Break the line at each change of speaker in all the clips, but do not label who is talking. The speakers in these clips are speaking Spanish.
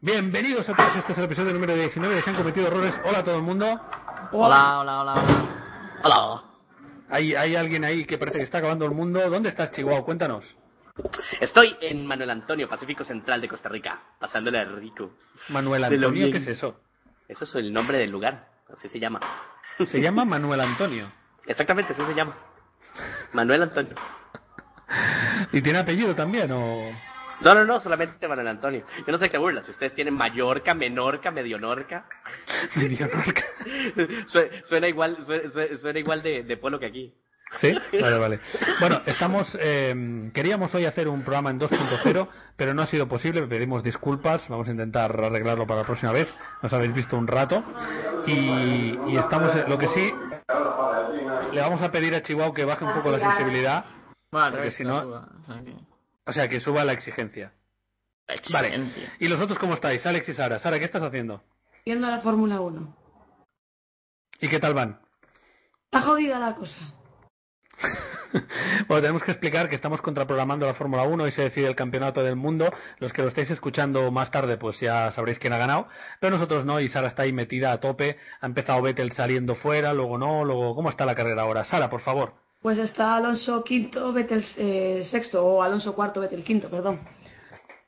Bienvenidos a todos, este es el episodio número 19 de Se han cometido errores. Hola a todo el mundo.
Hola, hola, hola, hola. Hola.
Hay, hay alguien ahí que parece que está acabando el mundo. ¿Dónde estás, Chihuahua? Cuéntanos.
Estoy en Manuel Antonio, Pacífico Central de Costa Rica, pasándole a rico.
Manuel
De lo
Antonio, ¿qué
bien.
es eso?
Eso es el nombre del lugar, así se llama.
Se llama Manuel Antonio.
Exactamente, así se llama. Manuel Antonio.
¿Y tiene apellido también o...?
No, no, no, solamente Manuel Antonio. Yo no sé qué burla, si ustedes tienen Mallorca, Menorca, Medionorca,
Medianorca.
sue- suena igual, sue- sue- suena, igual de, de pueblo que aquí.
Sí, vale, vale. Bueno, estamos. eh, queríamos hoy hacer un programa en 2.0, pero no ha sido posible. Pedimos disculpas. Vamos a intentar arreglarlo para la próxima vez. Nos habéis visto un rato. Y, y estamos. eh, Lo que sí. Le vamos a pedir a Chihuahua que baje un poco la sensibilidad.
Vale,
Porque si
esta
no-
duda, o sea que-
O sea, que suba la exigencia. Vale.
Excelente.
¿Y los otros cómo estáis? Alex y Sara. Sara, ¿qué estás haciendo?
viendo la Fórmula 1.
¿Y qué tal van?
Está jodida la cosa.
Bueno, tenemos que explicar que estamos contraprogramando la Fórmula 1 y se decide el campeonato del mundo. Los que lo estáis escuchando más tarde, pues ya sabréis quién ha ganado. Pero nosotros no, y Sara está ahí metida a tope. Ha empezado Vettel saliendo fuera, luego no, luego. ¿Cómo está la carrera ahora? Sara, por favor.
Pues está Alonso quinto, Vettel eh, sexto, o Alonso cuarto, Vettel quinto, perdón.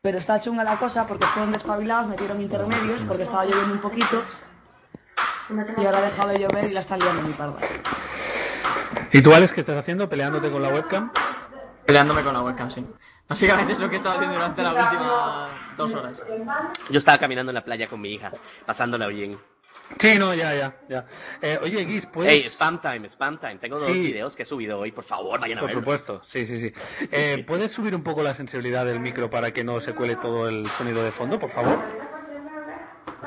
Pero está chunga la cosa porque fueron despabilados, metieron intermedios porque estaba lloviendo un poquito. Y ahora ha dejado de llover y la están liando mi parda.
¿Y tú, Alex, qué estás haciendo? ¿Peleándote con la webcam?
Peleándome con la webcam, sí. Básicamente es lo que he estado haciendo durante las últimas dos horas.
Yo estaba caminando en la playa con mi hija, pasándola bien.
Sí, no, ya, ya, ya. Eh, oye, Guis, pues.
Hey, spam time, spam time. Tengo dos
Sí.
videos que he subido hoy, por favor, vayan a
Por
verlos.
supuesto, sí, sí, sí. Eh, ¿Puedes subir un poco la sensibilidad del micro para que no se cuele todo el sonido de fondo, por favor?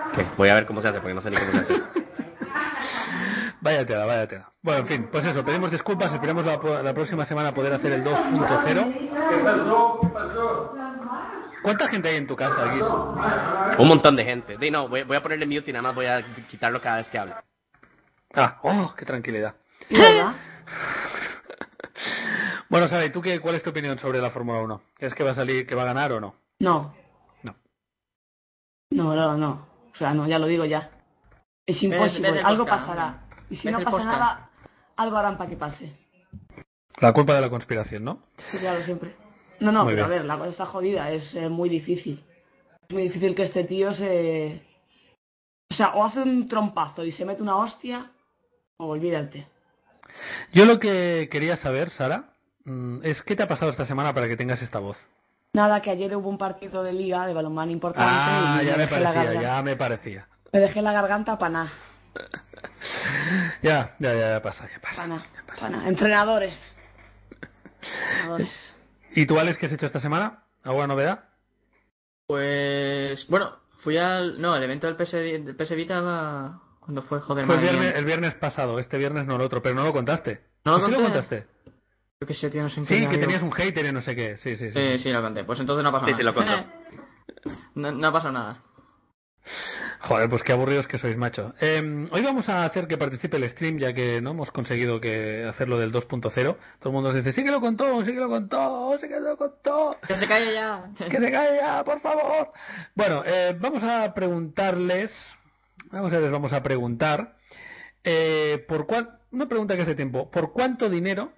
Ok, Voy a ver cómo se hace, porque no sé ni cómo se hace eso.
Vaya tela, vaya tela. Bueno, en fin, pues eso, pedimos disculpas, esperemos la, po- la próxima semana poder hacer el 2.0. ¿Cuánta gente hay en tu casa, Guis?
Un montón de gente. Di, no, voy, voy a ponerle mute y nada más voy a quitarlo cada vez que hable.
Ah, oh, qué tranquilidad. Bueno, Sara, ¿y tú qué, cuál es tu opinión sobre la Fórmula 1? ¿Crees que va a salir, que va a ganar o no?
No.
No.
No, no, no. O sea, no, ya lo digo ya. Es
Ves-
imposible,
ves el
algo
podcast,
pasará.
¿no?
Y si
Ves
no
el
pasa
podcast.
nada, algo harán para que pase.
La culpa de la conspiración, ¿no?
Sí, claro, siempre. No, no,
Muy
pero a
bien.
ver, la cosa está jodida, es eh, muy difícil. Es muy difícil que este tío se. O sea, o hace un trompazo y se mete una hostia, o olvídate.
Yo lo que quería saber, Sara, mm, es qué te ha pasado esta semana para que tengas esta voz.
Nada, que ayer hubo un partido de liga de balonmano importante.
Ah,
y
ya me
dejé la
parecía,
garganta-
ya me parecía.
Me dejé la garganta para nada.
Ya, ya, ya, ya pasa, ya pasa.
Pana, pana. Entrenadores. Entrenadores.
¿Y tú, Alex, qué has hecho esta semana? ¿Alguna novedad?
Pues bueno, fui al. No, el evento del PS, del PS Vita va- cuando fue, joder,
Fue el
madre mía.
viernes, el viernes pasado, este viernes no el otro, pero no lo contaste.
¿No lo
¿Sí lo
conté?
contaste?
Yo qué sé, tío, no sé en qué
Sí,
día
que
vivo.
tenías un hater y no sé qué. Sí, sí, sí.
Sí, sí, lo conté. Pues entonces no ha pasado
Sí, sí, lo
nada.
contó.
no, no ha pasado nada.
Joder, pues qué aburridos que sois, macho. Eh, hoy vamos a hacer que participe el stream, ya que no hemos conseguido que hacerlo del 2.0. Todo el mundo nos dice, sí que lo contó, sí que lo contó, sí que lo contó.
¡Que se calle ya!
Que se calle ya, por favor. Bueno, eh, vamos a preguntarles. Vamos a les vamos a preguntar. eh, por cuál, una pregunta que hace tiempo. ¿Por cuánto dinero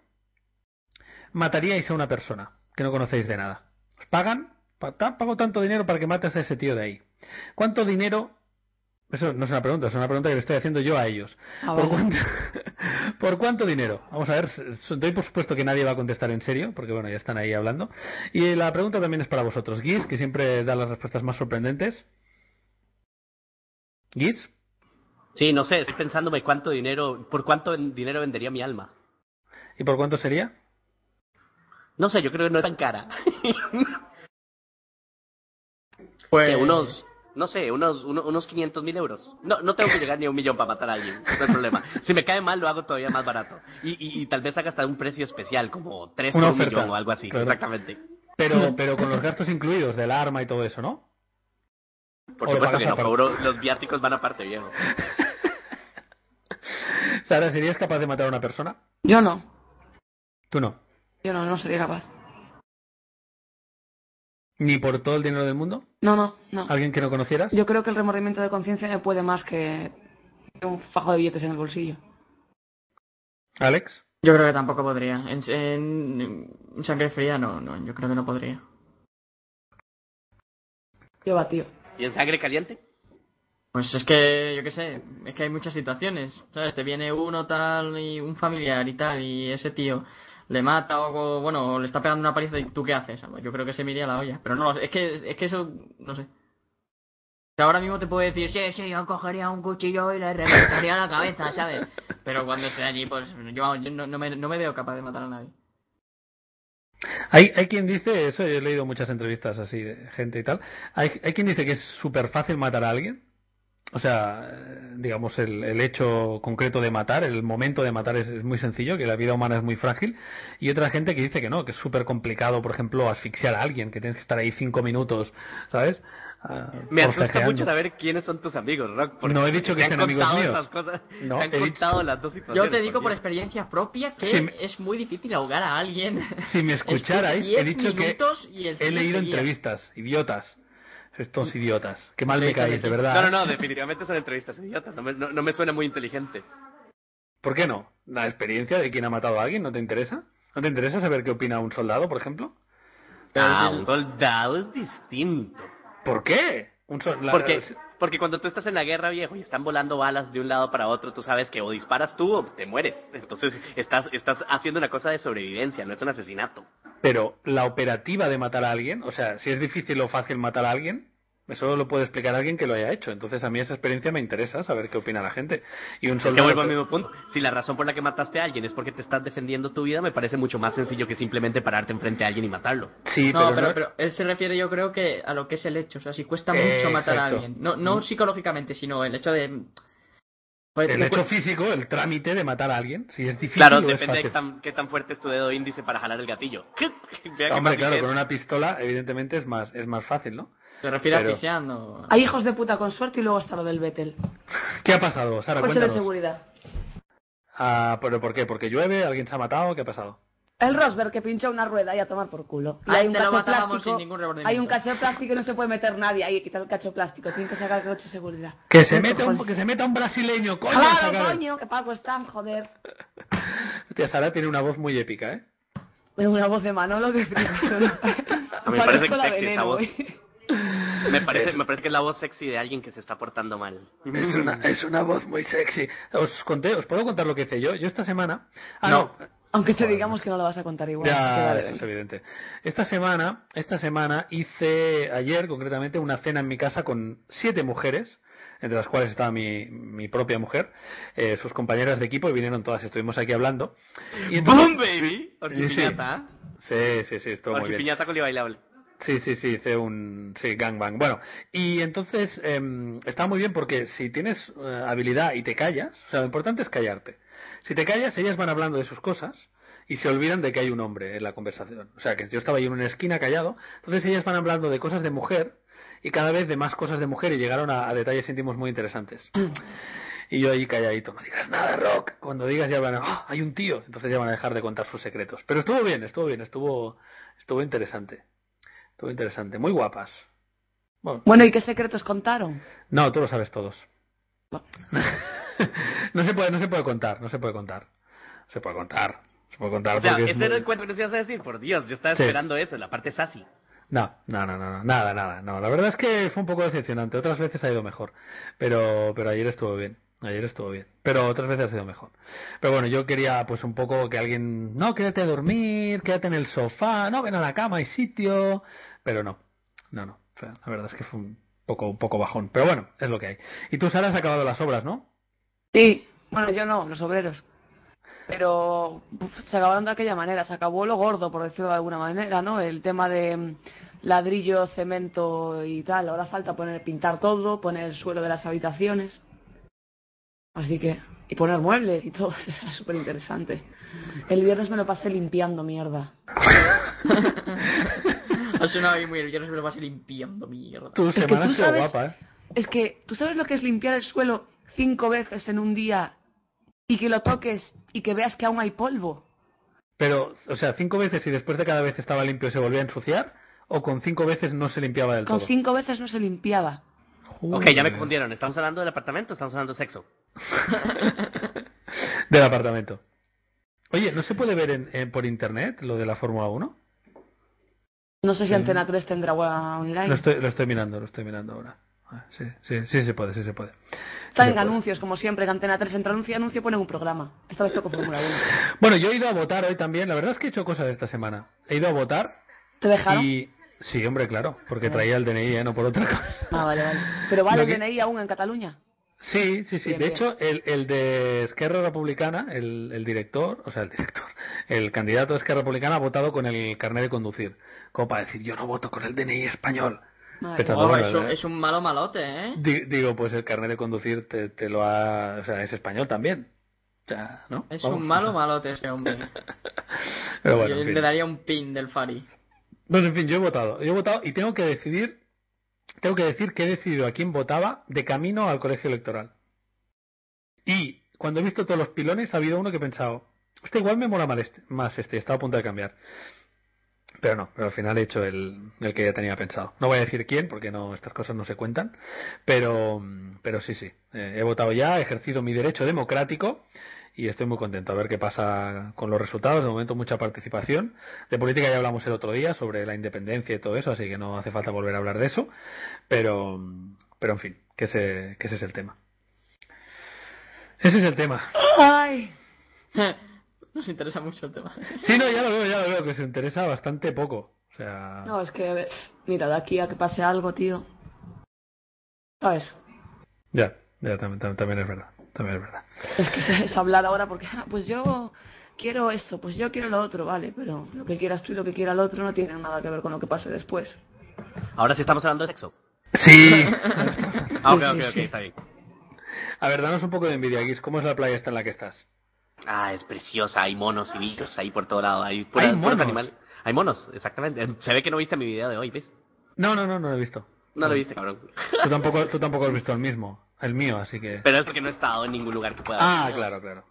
mataríais a una persona que no conocéis de nada? ¿Os pagan? Pa- ta- Pago tanto dinero para que mates a ese tío de ahí. ¿Cuánto dinero? Eso no es una pregunta, es una pregunta que le estoy haciendo yo a ellos.
Ah,
¿Por,
vale.
cuánto, ¿Por cuánto dinero? Vamos a ver, s- s- doy por supuesto que nadie va a contestar en serio, porque bueno, ya están ahí hablando. Y la pregunta también es para vosotros, Guis, que siempre da las respuestas más sorprendentes. Guis,
Sí, no sé, estoy pensándome cuánto dinero, por cuánto en- dinero vendería mi alma.
¿y por cuánto sería?
No sé, yo creo que no es tan cara.
Pues
Pues
Que unos, no sé, unos, uno- unos 500 mil euros. No, no tengo que llegar ni a un millón para matar a alguien, no hay problema. Si me cae mal, lo hago todavía más barato. Y, y, y tal vez haga hasta un precio especial, como 3 por
Una
un
oferta,
millón o algo así,
claro.
exactamente.
Pero, pero con los gastos incluidos del arma y todo eso, ¿no?
Por
O lo
supuesto
pagas
que no,
aparte.
cobro- los viáticos van aparte, viejo.
Sara, ¿serías capaz de matar a una persona?
Yo no.
Tú no.
Yo no, no sería capaz.
¿Ni por todo el dinero del mundo?
No, no, no.
¿Alguien que no conocieras?
Yo creo que el remordimiento de conciencia me puede más que un fajo de billetes en el bolsillo.
¿Alex?
Yo creo que tampoco podría. En, en- en sangre fría no, no, yo creo que no podría.
Yo batido.
¿Y en sangre caliente?
Pues es que, yo qué sé, es que hay muchas situaciones, ¿sabes? Te viene uno tal y un familiar y tal y ese tío le mata o, o, bueno, o le está pegando una paliza y tú qué haces, Pues yo creo que se me iría a la olla, pero no, lo sé, es que, es que eso, no sé. O sea, ahora mismo te puedo decir, sí, sí, yo cogería un cuchillo y le reventaría la cabeza, ¿sabes? Pero cuando esté allí, pues yo, yo no, no me, no me veo capaz de matar a nadie.
Hay, hay quien dice, eso yo he leído muchas entrevistas así de gente y tal, hay, hay quien dice que es súper fácil matar a alguien. O sea, eh, digamos, el, el hecho concreto de matar, el momento de matar es, es muy sencillo, que la vida humana es muy frágil. Y otra gente que dice que no, que es súper complicado, por ejemplo, asfixiar a alguien, que tienes que estar ahí cinco minutos, ¿sabes? Ah,
Me asusta
forcejeando.
mucho saber quiénes son tus amigos, Rock. porque
No he dicho que
te han
sean amigos
contado
míos.
estas cosas,
No,
te han
he dicho-
contado las dos situaciones.
Yo te digo por
Dios.
experiencia propia que
Sí, me-
es muy difícil ahogar a alguien.
Si me
Estuve
escucharais, ¿eh? he
10
dicho que
minutos y el
he
cine
leído
seguía.
entrevistas, idiotas. Estos idiotas. Qué mal me
Entrevistas
caéis, de
de-
verdad. ¿eh?
No, no, no, definitivamente son entrevistas idiotas. No me, no- no me suena muy inteligente.
¿Por qué no? ¿La experiencia de quien ha matado a alguien no te interesa? ¿No te interesa saber qué opina un soldado, por ejemplo?
Pero
ah,
es el-
un soldado es distinto.
¿Por qué? Un sol- la-
Porque, porque cuando tú estás en la guerra, viejo, y están volando balas de un lado para otro, tú sabes que o disparas tú o te mueres. Entonces estás, estás haciendo una cosa de sobrevivencia, no es un asesinato.
Pero la operativa de matar a alguien, o sea, si es difícil o fácil matar a alguien, eso lo puede explicar alguien que lo haya hecho. Entonces a mí esa experiencia me interesa saber qué opina la gente. Y un
Es que
soldado...
vuelvo al mismo punto. Si la razón por la que mataste a alguien es porque te estás defendiendo tu vida, me parece mucho más sencillo que simplemente pararte enfrente a alguien y matarlo.
Sí,
No,
pero,
pero,
no-
pero él se refiere yo creo que a lo que es el hecho. O sea, si cuesta mucho
Eh,
matar a
exacto.
alguien. No, no
Mm.
psicológicamente, sino el hecho de... pues, Joder,
el
me
hecho
cuesta-
físico, el trámite de matar a alguien, si es difícil
pues, Claro,
o es
depende de
fácil.
tan- qué tan fuerte es tu dedo índice para jalar el gatillo. Vea qué
Hombre,
fácil
claro,
es.
con una pistola evidentemente es más, es más fácil, ¿no?
Se refiere
pero-
a asfixiando.
Hay hijos de puta con suerte y luego está lo del Vettel.
¿Qué ha pasado, Sara?
Coche Pues de
Cuéntanos.
seguridad.
Ah, pero ¿por qué? ¿Porque llueve? ¿Alguien se ha matado? ¿Qué ha pasado?
El Rosberg que pinchó una rueda y a tomar por culo. Y
Ah,
hay un
este lo
cacho de
matábamos sin
plástico.
ningún remordimiento.
Hay un cacho de plástico y no se puede meter nadie. Ahí, quita el cacho de plástico. Tienen que sacar el coche de seguridad.
Que se,
¿Qué
meta un,
cojones?
que se meta un brasileño, coño.
Claro,
sacar-
coño, que Paco están, joder.
Hostia, Sara tiene una voz muy épica, ¿eh?
Tengo una voz de Manolo que flipas.
Me parece
Parezco la
sexy esa
veneno,
voz.
güey.
Me parece, me parece que es la voz sexy de alguien que se está portando mal.
Es una, es una voz muy sexy. Os conté, os puedo contar lo que hice yo. Yo esta semana. Ah,
No.
no.
Aunque te digamos que no lo vas a contar igual. así que
Ya,
vale,
eso es
venga.
evidente. Esta semana, esta semana hice, ayer concretamente, una cena en mi casa con siete mujeres, entre las cuales estaba mi, mi propia mujer, eh, sus compañeras de equipo, y vinieron todas, estuvimos aquí hablando. Y entonces-
¡Boom, baby! Orquipiñata.
Sí, sí, sí, estuvo muy bien.
Orquipiñata con bailable.
Sí, sí, sí, hice un sí, gangbang. Bueno, y entonces em, está muy bien porque si tienes eh, habilidad y te callas, o sea, lo importante es callarte. Si te callas, ellas van hablando de sus cosas y se olvidan de que hay un hombre en la conversación. O sea, que yo estaba ahí en una esquina callado, entonces ellas van hablando de cosas de mujer y cada vez de más cosas de mujer y llegaron a, a detalles íntimos muy interesantes. Y yo ahí calladito, no digas nada, Rock. Cuando digas ya van a, "Ah, hay un tío, entonces ya van a dejar de contar sus secretos. Pero estuvo bien, estuvo bien, estuvo, estuvo interesante. Estuvo interesante, muy guapas. Bueno,
Bueno, ¿y qué secretos contaron?
no, tú lo sabes todos.
No.
no se puede, no se puede contar, no se puede contar. No se puede contar. no Se puede contar
O sea,
porque es
ese era
muy-
el cuento que nos ibas a decir, por Dios, yo estaba
Sí.
esperando eso, la parte sassy.
No, no, no, no, no, nada, nada, no. La verdad es que fue un poco decepcionante. Otras veces ha ido mejor, pero, pero ayer estuvo bien. Ayer estuvo bien, pero otras veces ha sido mejor. Pero bueno, yo quería pues un poco que alguien, no, quédate a dormir, quédate en el sofá, no, ven a la cama, hay sitio, pero no, no, no. O sea, la verdad es que fue un poco, un poco bajón, pero bueno, es lo que hay. Y tú, Sara, has acabado las obras, ¿no?
Sí, bueno, yo no, los obreros. Pero uf, se acabaron de aquella manera, se acabó lo gordo, por decirlo de alguna manera, ¿no? El tema de mm, ladrillo, cemento y tal. Ahora falta poner, pintar todo, poner el suelo de las habitaciones. Así que, y poner muebles y todo, eso es súper interesante. El viernes me lo pasé limpiando mierda.
Ha sonado ahí muy... Yo no se lo vas a ir limpiando, mierda.
Tu
Es que
semana
tú
ha sido
sabes-
guapa, ¿eh?
Es que, ¿tú sabes lo que es limpiar el suelo cinco veces en un día y que lo toques y que veas que aún hay polvo?
Pero, o sea, cinco veces y después de cada vez estaba limpio se volvía a ensuciar, o con cinco veces no se limpiaba del
Con
todo.
cinco veces no se limpiaba.
Ok, ya me confundieron. ¿Estamos hablando del apartamento o estamos hablando de sexo?
Del apartamento. Oye, ¿no se puede ver en- en- por internet lo de la Fórmula 1?
No sé si Antena 3 tendrá web online.
Lo estoy, lo estoy mirando, lo estoy mirando ahora. Ah, Sí, sí, sí se puede, sí se puede. Sí
Está
se
en
puede.
anuncios, como siempre, que Antena 3 entra anuncio y anuncio ponen un programa. Esta vez toco Fórmula 1.
Bueno, yo he ido a votar hoy también. La verdad es que he hecho cosas esta semana. He ido a votar
¿Te dejaron?
y... Sí, hombre, claro, porque traía el DNI, ¿eh? no por otra cosa.
Ah, vale, vale. Pero vale
Lo
el
que-
DNI aún en Cataluña.
Sí, sí, sí.
Bien,
de
bien.
hecho, el, el de Esquerra Republicana, el, el director, o sea, el director, el candidato de Esquerra Republicana ha votado con el carnet de conducir. Como para decir, yo no voto con el DNI español.
Madre
Pero tampoco
mía.
Oh,
es
es, un,
verdad.
es un malo malote, ¿eh?
Di- Digo, pues el carnet de conducir te, te lo ha... O sea, es español también. O sea, ¿no?
Es
Vamos,
un malo
o sea,
malote ese hombre.
Pero bueno,
Yo
en fin.
le daría un pin del Fari.
Bueno, en fin, yo he votado. Yo he votado y tengo que decidir... Tengo que decir que he decidido a quién votaba de camino al colegio electoral. Y cuando he visto todos los pilones, ha habido uno que he pensado... Este igual me mola mal este- más este, estaba a punto de cambiar. Pero no, pero al final he hecho el, el que ya tenía pensado. No voy a decir quién, porque no estas cosas no se cuentan. Pero, mm, pero sí, sí. Eh, he votado ya, he ejercido mi derecho democrático y estoy muy contento a ver qué pasa con los resultados. De momento, mucha participación. De política ya hablamos el otro día sobre la independencia y todo eso, así que no hace falta volver a hablar de eso. Pero, mm, pero en fin, que ese, que ese es el tema. Ese es el tema.
Ay,
Nos interesa mucho el tema.
Sí, no, ya lo veo, ya lo veo, que se interesa bastante poco. O sea,
no, es que, mira, de aquí a que pase algo, tío. ¿Sabes?
ya, ya también, tam- también es verdad. También es verdad.
Es que es hablar ahora porque, ah, pues yo quiero esto, pues yo quiero lo otro, vale, pero lo que quieras tú y lo que quiera el otro no tiene nada que ver con lo que pase después.
Ahora sí estamos hablando de sexo.
Sí.
Ah, ok,
Sí, sí,
ok, ok,
sí.
está bien.
A ver, danos un poco de envidia, Guis. ¿Cómo es la playa esta en la que estás?
Ah, es preciosa. Hay monos y bichos ahí por todo lado. Hay, pura-
Hay
puros
monos.
animales. Hay monos, exactamente. Se ve que no viste mi video de hoy, ¿ves?
No, no, no, no lo he visto.
No lo viste, cabrón.
Tú tampoco, tú tampoco has visto el mismo, el mío, así que.
Pero es porque no he estado en ningún lugar que pueda.
Ah, claro, claro.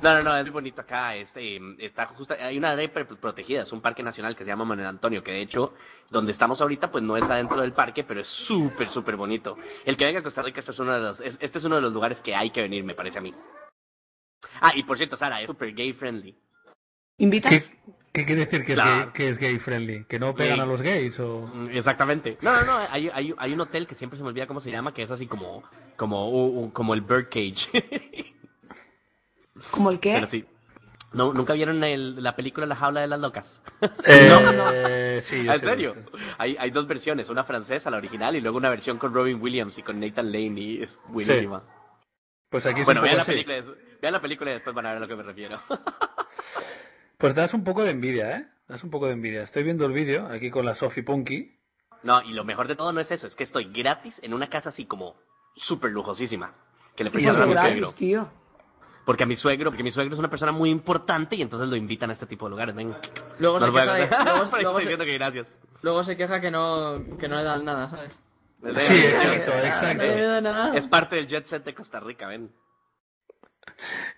No, no, no, es muy bonito acá. Este, está justo, hay una área pre- protegida, es un parque nacional que se llama Manuel Antonio, que de hecho, donde estamos ahorita, pues no es adentro del parque, pero es súper, súper bonito. El que venga a Costa Rica, este es uno de los, es- este es uno de los lugares que hay que venir, me parece a mí. Ah, y por cierto, Sara, es súper gay friendly.
¿Invitas?
¿Qué, qué quiere decir que es,
Claro.
gay, que es gay friendly? ¿Que no pegan
Gay.
a los gays? o
Mm, Exactamente. No, no, no, hay, hay, hay un hotel que siempre se me olvida cómo se llama, que es así como, como, u- u- como el Birdcage.
¿Como el qué?
Pero sí. No, ¿Nunca vieron el- la película La jaula de las locas?
Eh, sí, yo
Ah, ¿En
sí lo he
serio?
visto.
Hay, hay dos versiones, una francesa, la original, y luego una versión con Robin Williams y con Nathan Lane, y es buenísima.
Pues aquí es
Bueno,
un poco
vean la,
así.
película, des- vean la película y después van a ver a lo que me refiero.
Pues das un poco de envidia, ¿eh? Das un poco de envidia. Estoy viendo el vídeo aquí con la Sophie Punky.
no, y lo mejor de todo no es eso, es que estoy gratis en una casa así como súper lujosísima, que le
Pues
Mira,
prestaron a mi
gratis,
suegro.
tío.
Porque a mi suegro, porque mi suegro es una persona muy importante y entonces lo invitan a este tipo de lugares. Ven,
Luego
no
se
lo voy a
queja de-
contar.
luego-
Por ahí
luego
estoy
se-
diciendo que gracias.
Luego se queja que no, que no le dan nada, ¿sabes?
Sí, exacto,
No le
exacto.
dan nada.
Es parte del jet set de Costa Rica, ven.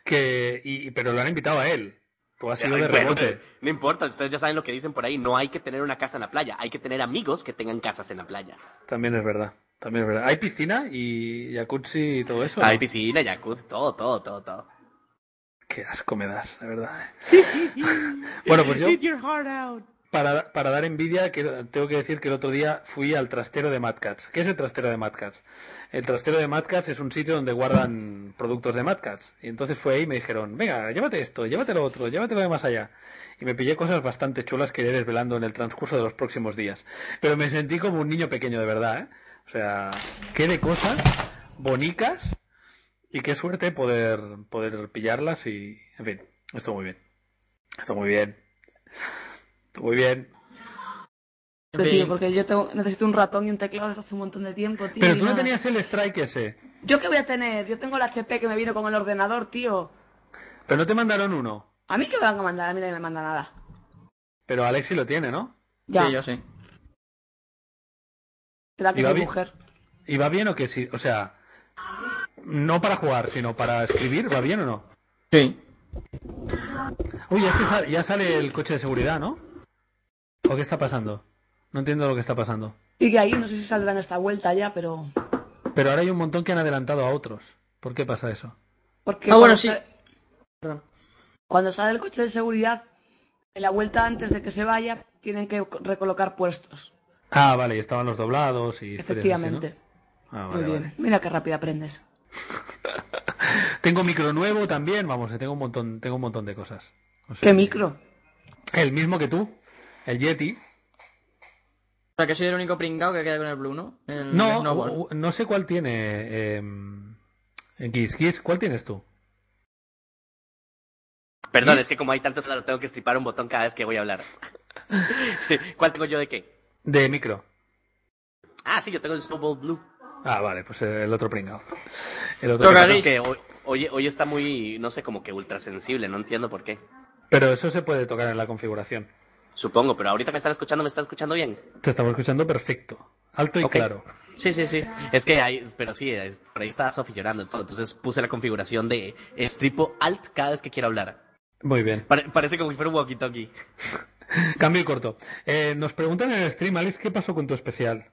Que, y, y- pero lo han invitado a él. Tú has sido
Ay,
de
bueno,
rebote.
no importa, ustedes ya saben lo que dicen por ahí. No hay que tener una casa en la playa, hay que tener amigos que tengan casas en la playa.
También es verdad. También es verdad. ¿Hay piscina y jacuzzi y todo eso?
Hay
¿no?
piscina, jacuzzi, todo, todo, todo, todo.
Qué asco me das, de verdad. ¿eh? bueno, pues yo, para, para dar envidia, quiero- tengo que decir que el otro día fui al trastero de Mad Cats. ¿Qué es el trastero de Mad Cats? El trastero de Mad Cats es un sitio donde guardan productos de Mad Cats. Y entonces fue ahí y me dijeron, venga, llévate esto, llévate lo otro, llévate lo de más allá. Y me pillé cosas bastante chulas que iré desvelando en el transcurso de los próximos días. Pero me sentí como un niño pequeño, de verdad, ¿eh? O sea, qué de cosas bonicas y qué suerte poder, poder pillarlas y, en fin, esto muy bien. Esto muy bien. Esto muy bien.
En
Pero, tío,
fin,
Pues porque yo tengo- necesito un ratón y un teclado desde hace un montón de tiempo, tío.
Pero
y
tú no
nada.
tenías el strike ese.
¿Yo qué voy a tener? Yo tengo el HP que me vino con el ordenador, tío.
Pero no te mandaron uno.
¿A mí qué me van a mandar? A mí nadie me manda nada.
Pero Alexi lo tiene, ¿no?
Ya.
sí, yo sí.
¿Será que
¿Y va
soy
bien?
mujer?
¿Y va bien o que sí? O sea, no para jugar, sino para escribir, ¿va bien o no?
Sí.
Uy, ya, se sal- ya sale el coche de seguridad, ¿no? ¿O qué está pasando? No entiendo lo que está pasando.
Sigue ahí, no sé si saldrán esta vuelta ya, pero.
Pero ahora hay un montón que han adelantado a otros. ¿Por qué pasa eso?
Porque
Ah, bueno,
cuando
sí.
sa- Perdón. Cuando sale el coche de seguridad, en la vuelta antes de que se vaya, tienen que co- recolocar puestos.
Ah, vale, y estaban los doblados y... historias así, ¿no?
Efectivamente.
Ah,
Muy
vale,
bien.
vale.
Mira qué rápido aprendes.
Tengo micro nuevo también, vamos, eh, tengo un montón, tengo un montón de cosas. O sea,
¿Qué micro?
El mismo que tú, el Yeti.
O sea, que soy el único pringao que queda con el Blue, ¿no? El
No,
Snowball.
u- u- no sé cuál tiene. Eh, Giz, Giz, ¿cuál tienes tú?
Perdón,
¿Sí?
es que como hay tantos, claro, tengo que estripar un botón cada vez que voy a hablar. ¿Cuál tengo yo de qué?
De micro.
Ah, sí, yo tengo el Snowball Blue.
Ah, vale, pues eh, el otro pringao. El otro
Lo que
pringao.
pasa es que hoy, hoy, hoy está muy, no sé, como que ultrasensible, no entiendo por qué.
Pero eso se puede tocar en la configuración.
Supongo, pero ahorita me están escuchando, ¿me están escuchando bien?
Te estamos escuchando perfecto. Alto y
Ok.
claro.
Sí, sí, sí. Es que ahí, pero sí, es- por ahí estaba Sofi llorando, y todo. entonces puse la configuración de estripo alt cada vez que quiero hablar.
Muy bien.
Pare- parece como si fuera un walkie-talkie.
Cambio y corto. Eh, nos preguntan en el stream, Alex, ¿qué pasó con tu especial?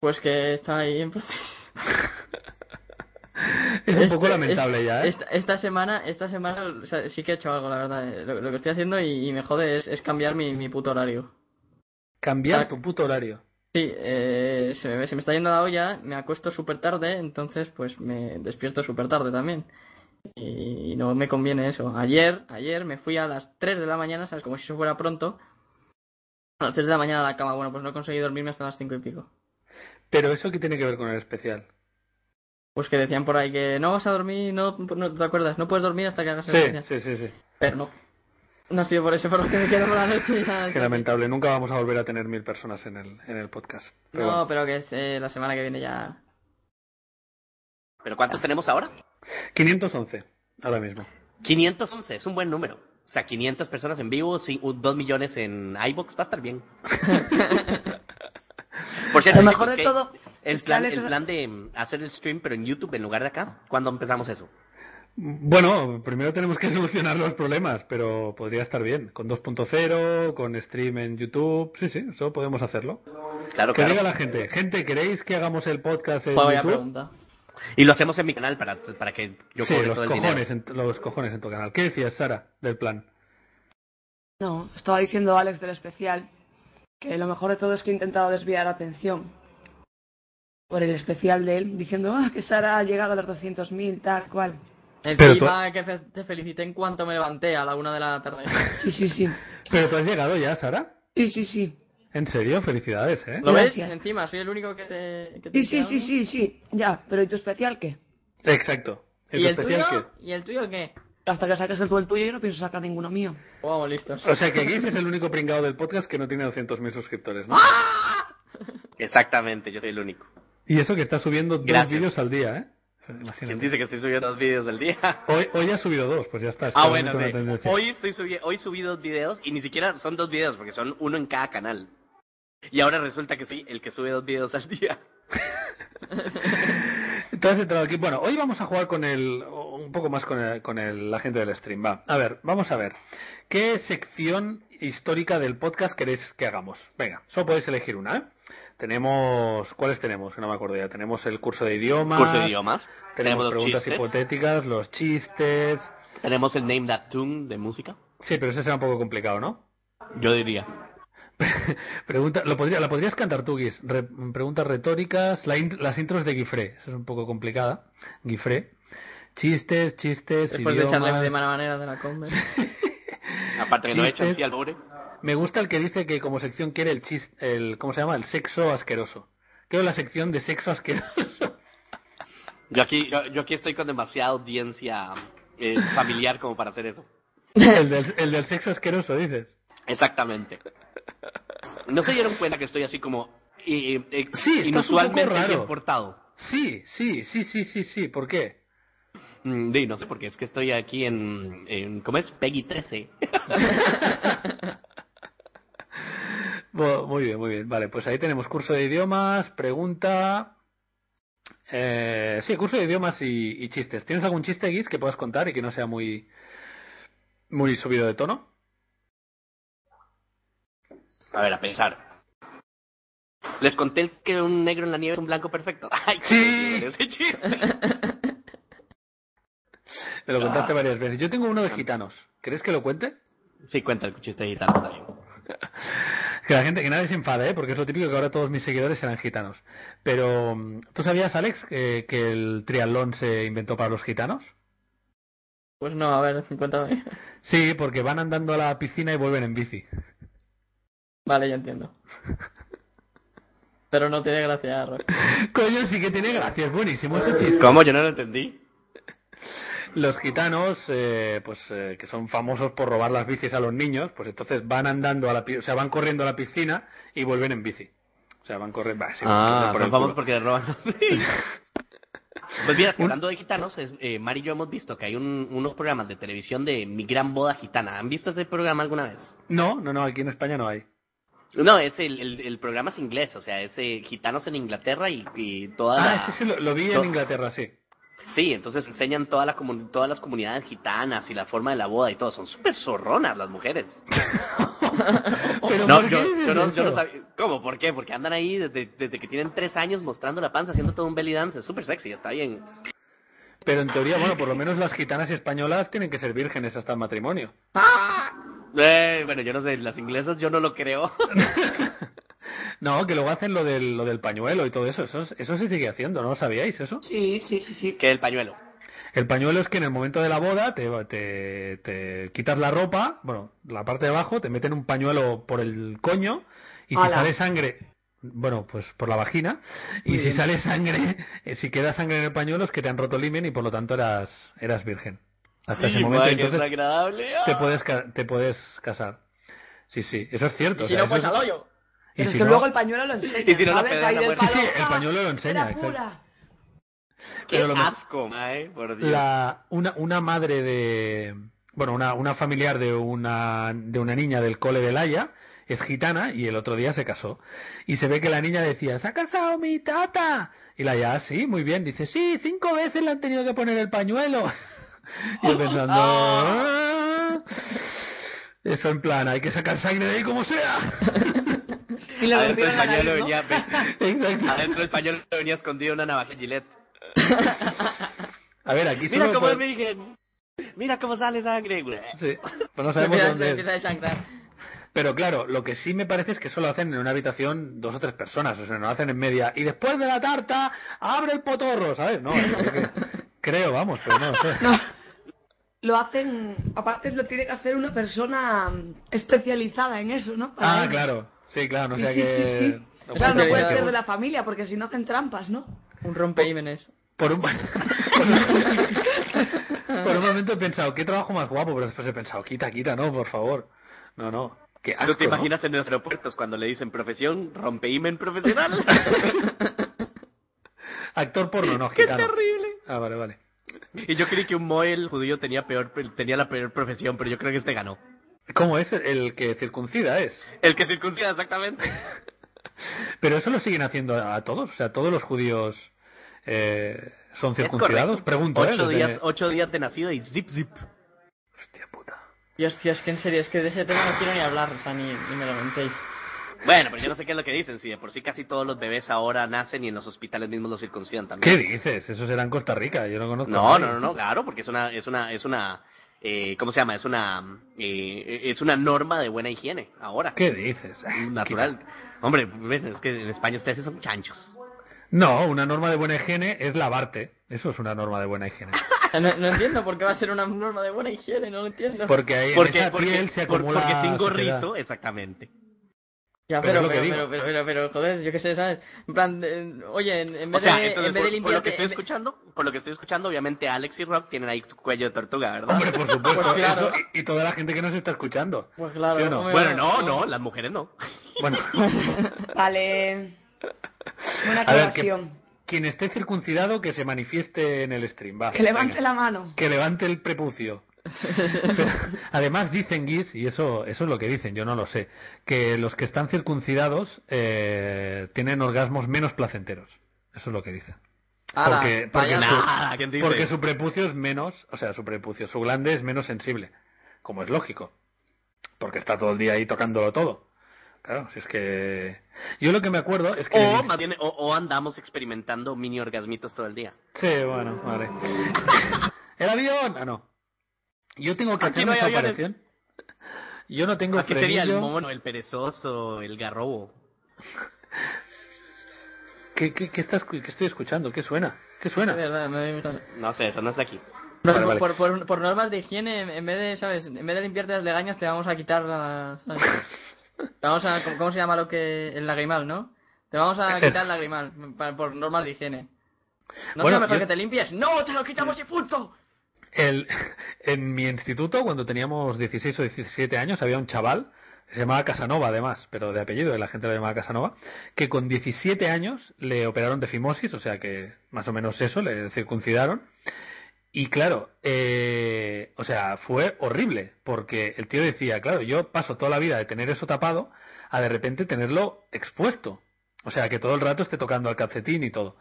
Pues que está ahí en proceso.
Es un
Este-
poco lamentable
es-
ya, ¿eh?
Esta, esta semana, esta semana o sea, sí que he hecho algo, la verdad. eh. Lo, lo que estoy haciendo y, y me jode es, es cambiar mi, mi puto horario.
Cambiar
Ah,
tu puto horario.
Sí, eh, se, me, se me está yendo la olla, me acuesto súper tarde, entonces pues me despierto súper tarde también. Y no me conviene eso. Ayer, ayer me fui a las 3 de la mañana, ¿sabes? Como si eso fuera pronto. A las 3 de la mañana a la cama. Bueno, pues no conseguí dormirme hasta las 5 y pico.
Pero eso qué tiene que ver con el especial.
Pues que decían por ahí que no vas a dormir, no, no te acuerdas, no puedes dormir hasta que hagas el
Sí, sí,
especial".
sí, sí.
Pero no. No ha sido por eso por lo que me quedo por la noche. y nada,
Qué lamentable. Nunca vamos a volver a tener mil personas en el, en el podcast. Pero
No,
bueno.
pero que es eh, la semana que viene ya.
¿Pero cuántos tenemos ahora?
511, ahora mismo.
511, es un buen número. O sea, 500 personas en vivo, sí, un- 2 millones en iBox, va a estar bien. Por cierto,
Lo mejor
chicos,
de
¿qué-
todo
El
es que
plan,
Alex
el
es-
plan de mm, hacer el stream, pero en YouTube en lugar de acá, ¿cuándo empezamos eso?
Bueno, primero tenemos que solucionar los problemas, pero podría estar bien. Con 2.0, con stream en YouTube. Sí, sí, eso podemos hacerlo.
Claro,
que diga
claro.
la gente. Gente, ¿queréis que hagamos el podcast en
Vaya
YouTube?
pregunta.
Y lo hacemos en mi canal para, para que yo
sí,
cobre
los
todo el
cojones,
dinero.
en, los cojones en tu canal. ¿Qué decías, Sara, del plan?
No, estaba diciendo Alex del especial que lo mejor de todo es que he intentado desviar la atención por el especial de él, diciendo ah, que Sara ha llegado a los 200.000, tal cual.
Pero
Encima que fe- te felicité en cuanto me levanté a la una de la tarde.
Sí, sí, sí.
Pero tú has llegado ya, Sara.
Sí, sí, sí.
En serio, felicidades, ¿eh?
¿Lo
Gracias.
ves? Encima, soy el único que te. que te
Sí, sí,
habla.
sí, sí, sí. Ya, pero ¿y tu especial qué?
Exacto. Es
¿Y el
especial
tuyo?
que-
¿Y el tuyo qué? Pues
Hasta que saques el tú el tuyo, yo no pienso sacar ninguno mío.
Vamos, listos.
O sea que Giz es el único pringado del podcast que no tiene 200.000 suscriptores, ¿no?
Exactamente, yo soy el único.
Y eso que está subiendo dos
Gracias.
vídeos al día, ¿eh?
¿Quién
Imagínate.
dice que estoy subiendo dos vídeos al día?
Hoy, hoy ha subido dos, pues ya está. es
Ah,
claramente
bueno,
una
sí.
tendencia.
hoy, estoy subi- hoy subí dos videos y ni siquiera son dos videos porque son uno en cada canal. Y ahora resulta que soy el que sube dos videos al día.
Te has entrado aquí. Bueno, hoy vamos a jugar con el. Un poco más con, el- con el- la gente del stream. Va. A ver, vamos a ver. ¿Qué sección histórica del podcast queréis que hagamos? Venga, solo podéis elegir una, ¿eh? Tenemos. ¿Cuáles tenemos? Que no me acuerdo ya. Tenemos el curso de idiomas.
Curso de idiomas.
Tenemos
los
preguntas
chistes,
hipotéticas, los chistes.
Tenemos el Name That Tune de música.
Sí, pero ese será un poco complicado, ¿no?
Yo diría.
Pregunta, lo podría, la podrías cantar tú, Guis. Re- preguntas retóricas, la in- las intros de Guifré. Eso es un poco complicada. Guifré. Chistes, chistes,
Después de
idiomas.
echarle de mala manera de la combe.
Aparte que no
Chistes.
echan así al pobre.
Me gusta el que dice que como sección quiere el chis, el ¿cómo se llama? El sexo asqueroso. Creo la sección de sexo asqueroso.
Yo aquí, yo, yo aquí estoy con demasiada audiencia eh, familiar como para hacer eso.
el, del, el del sexo asqueroso, dices.
Exactamente. ¿No se dieron cuenta que estoy así como eh, eh, eh,
Sí, estás un
inusualmente
poco raro.
bien portado?
Sí, sí, sí, sí, sí, sí. ¿Por qué?
Mm, di, no sé por qué, es que estoy aquí en, en ¿cómo es? Peggy 13.
Bu- Muy bien, muy bien. Vale, pues ahí tenemos curso de idiomas, pregunta. Eh, sí, curso de idiomas y, y chistes. ¿Tienes algún chiste, Guis, que puedas contar y que no sea muy, muy subido de tono?
A ver, a pensar. Les conté el que un negro en la nieve es un blanco perfecto. Ay, qué
Sí.
bien ese chiste.
Me lo contaste varias veces. Yo tengo uno de gitanos. ¿Crees que lo cuente?
Sí, cuenta el chiste gitano también.
Que la gente, que nadie se enfade, ¿eh? porque es lo típico que ahora todos mis seguidores eran gitanos. Pero, mm, ¿tú sabías, Alex, eh, que el triatlón se inventó para los gitanos?
Pues no, a ver, cuéntame.
Sí, porque van andando a la piscina y vuelven en bici.
Vale, ya entiendo. Pero no tiene gracia, Rock.
Coño, sí que tiene gracia, es buenísimo ese chiste.
¿Cómo? Yo no lo entendí.
Los gitanos, eh, pues eh, que son famosos por robar las bicis a los niños, pues entonces van andando a la pi- o sea, van corriendo a la piscina y vuelven en bici. O sea, van corriendo, va, sí,
Ah,
entonces por el
son
culo.
famosos porque les roban las Pues mira, es que hablando de gitanos, es, eh, Mari y yo hemos visto que hay un- unos programas de televisión de Mi Gran Boda Gitana. ¿Han visto ese programa alguna vez?
No, no, no, aquí en España no hay.
No, es el, el, el programa es inglés, o sea, es eh, gitanos en Inglaterra y, y toda la...
Ah, sí, sí, lo, lo vi en
No.
Inglaterra, sí.
Sí, entonces enseñan toda la comu- todas las comunidades gitanas y la forma de la boda y todo. Son súper zorronas las mujeres.
Pero
Oh, no,
¿por qué
yo,
dices
yo no, yo no
eso?
sabía. ¿Cómo? ¿Por qué? Porque andan ahí desde, desde que tienen tres años mostrando la panza, haciendo todo un belly dance. Es súper sexy, está bien.
Pero en teoría, bueno, por lo menos las gitanas españolas tienen que ser vírgenes hasta el matrimonio.
Eh, bueno, yo no sé, las inglesas yo no lo creo.
No, que luego hacen lo del, lo del pañuelo y todo eso. Eso, eso se sigue haciendo, ¿no lo sabíais eso?
Sí, sí, sí, sí.
que el pañuelo.
El pañuelo es que en el momento de la boda te, te, te quitas la ropa, bueno, la parte de abajo, te meten un pañuelo por el coño y si
Ala.
sale sangre, bueno, pues por la vagina, y
Muy
si
bien.
sale sangre, eh, si queda sangre en el pañuelo es que te han roto el himen y por lo tanto eras, eras virgen. Hasta ese
Y,
momento,
madre, que Ah,
entonces
desagradable.
te puedes, ca- te puedes casar. Sí, sí, eso es cierto.
Y
o
si
sea,
no,
eso
pues
es-
al hoyo.
y
Pero
si
es que
no-
luego el pañuelo lo enseña.
Y si no, la
¿sabes?
pedrea
Ahí
la
del
muerte.
Sí, sí,
palo,
el pañuelo lo
¡ah!
enseña,
Era
exacto.
pura.
Qué
Pero lo mejor-
asco, mae, por Dios.
la, una, una madre de bueno una, una familiar de una de una niña del cole de Laia es gitana y el otro día se casó y se ve que la niña decía se ha casado mi tata y Laia "Ah, sí muy bien dice sí cinco veces le han tenido que poner el pañuelo y yo pensando "Ah". eso en plan hay que sacar sangre de ahí como sea
Y le
Adentro del
rompieron la nariz,
pañuelo
¿no?
venía, ve-
exacto
adentro del pañuelo venía escondida una navaja Gillette.
a ver aquí
Mira
solo
cómo es
por-
virgen. Mira cómo sale sangre. güey.
sí, pues no sabemos
Empieza-
dónde es.
empieza a desangrar.
Pero claro, lo que sí me parece es que solo hacen en una habitación dos o tres personas, o sea, no lo hacen en media. Y después de la tarta, abre el potorro, ¿sabes? No, es que- creo, vamos, pero no lo sé.
No. Lo hacen, aparte lo tiene que hacer una persona mm, especializada en eso, ¿no? Para
Ah,
ello.
claro, sí, claro, no
Sí,
sea
sí,
que.
sí, sí.
no
claro, no
puede
puede
ser que
ser
un-
de la familia porque si no hacen trampas, ¿no?
Un rompehímenes.
Por un... por un- por un momento he pensado, qué trabajo más guapo, pero después he pensado, quita, quita, no, por favor. No, no. Qué asco,
¿Tú te
¿no?
imaginas en los aeropuertos cuando le dicen profesión, rompeímen profesional?
Actor porno, no,
¡Qué
gitano.
terrible!
Ah, vale, vale.
Y yo creí que un Moel judío tenía peor tenía la peor profesión, pero yo creo que este ganó.
¿Cómo es el que circuncida es?
El que circuncida, exactamente.
Pero eso lo siguen haciendo a a todos, o sea, todos los judíos eh, son
Es
circuncidados.
correcto.
Pregunto, ¿eh?
Ocho
desde-
días, ocho días de nacido y zip zip.
Hostia puta.
Dios, tío, es que en serio, es que de ese tema no quiero ni hablar, o sea, ni, ni me lo mentéis.
Bueno, pero yo no sé qué es lo que dicen, si de por sí casi todos los bebés ahora nacen y en los hospitales mismos los circuncidan
¿Qué
también.
dices? Eso será en Costa Rica, yo no conozco. a
No,
nadie.
no, no, no, claro, porque es una, es una, es una, eh, ¿cómo se llama? Es una, eh, es una norma de buena higiene ahora.
¿Qué dices? Ah,
Natural.
quita.
Hombre, ves, es que en España ustedes sí son chanchos.
No, una norma de buena higiene es lavarte. Eso es una norma de buena higiene.
O sea, No, no entiendo por qué va a ser una norma de buena higiene, no lo entiendo.
Porque ahí en
Porque,
esa
porque,
piel se
por-
acumula.
porque sin
suciedad.
gorrito, exactamente.
Ya,
Pero es lo
pero, pero, pero,
que
pero,
digo.
pero, joder, yo qué sé, ¿sabes? En plan, eh, oye, en, en
O
vez
sea,
de,
entonces, por,
en vez de
por lo que
limpiarte-
estoy
en vez-
escuchando, por lo que estoy escuchando, obviamente Alex y Rob tienen ahí su cuello de tortuga, ¿verdad?
Hombre, por supuesto.
Pues claro.
eso y, y toda la gente que nos está escuchando.
Pues claro,
¿Sí o no?
hombre.
bueno, no, no, las mujeres no.
Bueno,
Vale. Buena
a ver, que,
aclaración.
quien esté circuncidado que se manifieste en el stream. Va,
Que levante
Ah, venga.
la mano.
que levante el prepucio. Pero, además dicen guis, y eso, eso es lo que dicen, yo no lo sé, que los que están circuncidados eh, tienen orgasmos menos placenteros. Eso es lo que dicen.
Ala,
porque-
vaya-
porque-
Nada, ¿quién dice?
Porque su prepucio es menos, o sea, su prepucio, su glande es menos sensible, como es lógico, porque está todo el día ahí tocándolo todo. Claro, si es que. Yo lo que me acuerdo es que.
O, más bien, o, o andamos experimentando mini orgasmitos todo el día.
Sí, bueno, vale. ¡El avión! Ah, no. Yo tengo que
Aquí
hacer
no hay
esa
aviones.
operación. Yo no tengo
Aquí sería el
frenillo.
mono, el perezoso, el garrobo.
¿Qué, qué, qué estás, qué estoy escuchando? ¿Qué suena? ¿Qué
De
suena?
verdad, me- me-
No sé, eso no es de aquí.
Por-
Vale, vale.
Por, por- por normas de higiene, en- en vez de, ¿sabes? En vez de limpiarte las legañas, te vamos a quitar la... ¿sabes? Te vamos a... ¿cómo, cómo se llama lo que...? El lagrimal, ¿no? Te vamos a quitar el lagrimal, pa- por normas de higiene. ¿No
Bueno,
es mejor
yo-
que te limpies? ¡No, te lo quitamos y punto!
El, en mi instituto, cuando teníamos 16 o 17 años, había un chaval, se llamaba Casanova además, pero de apellido, la gente lo llamaba Casanova, que con 17 años le operaron de fimosis, o sea que más o menos eso, le circuncidaron. Y claro, eh, o sea, fue horrible, porque el tío decía, claro, yo paso toda la vida de tener eso tapado a de repente tenerlo expuesto. O sea, que todo el rato esté tocando al calcetín y todo.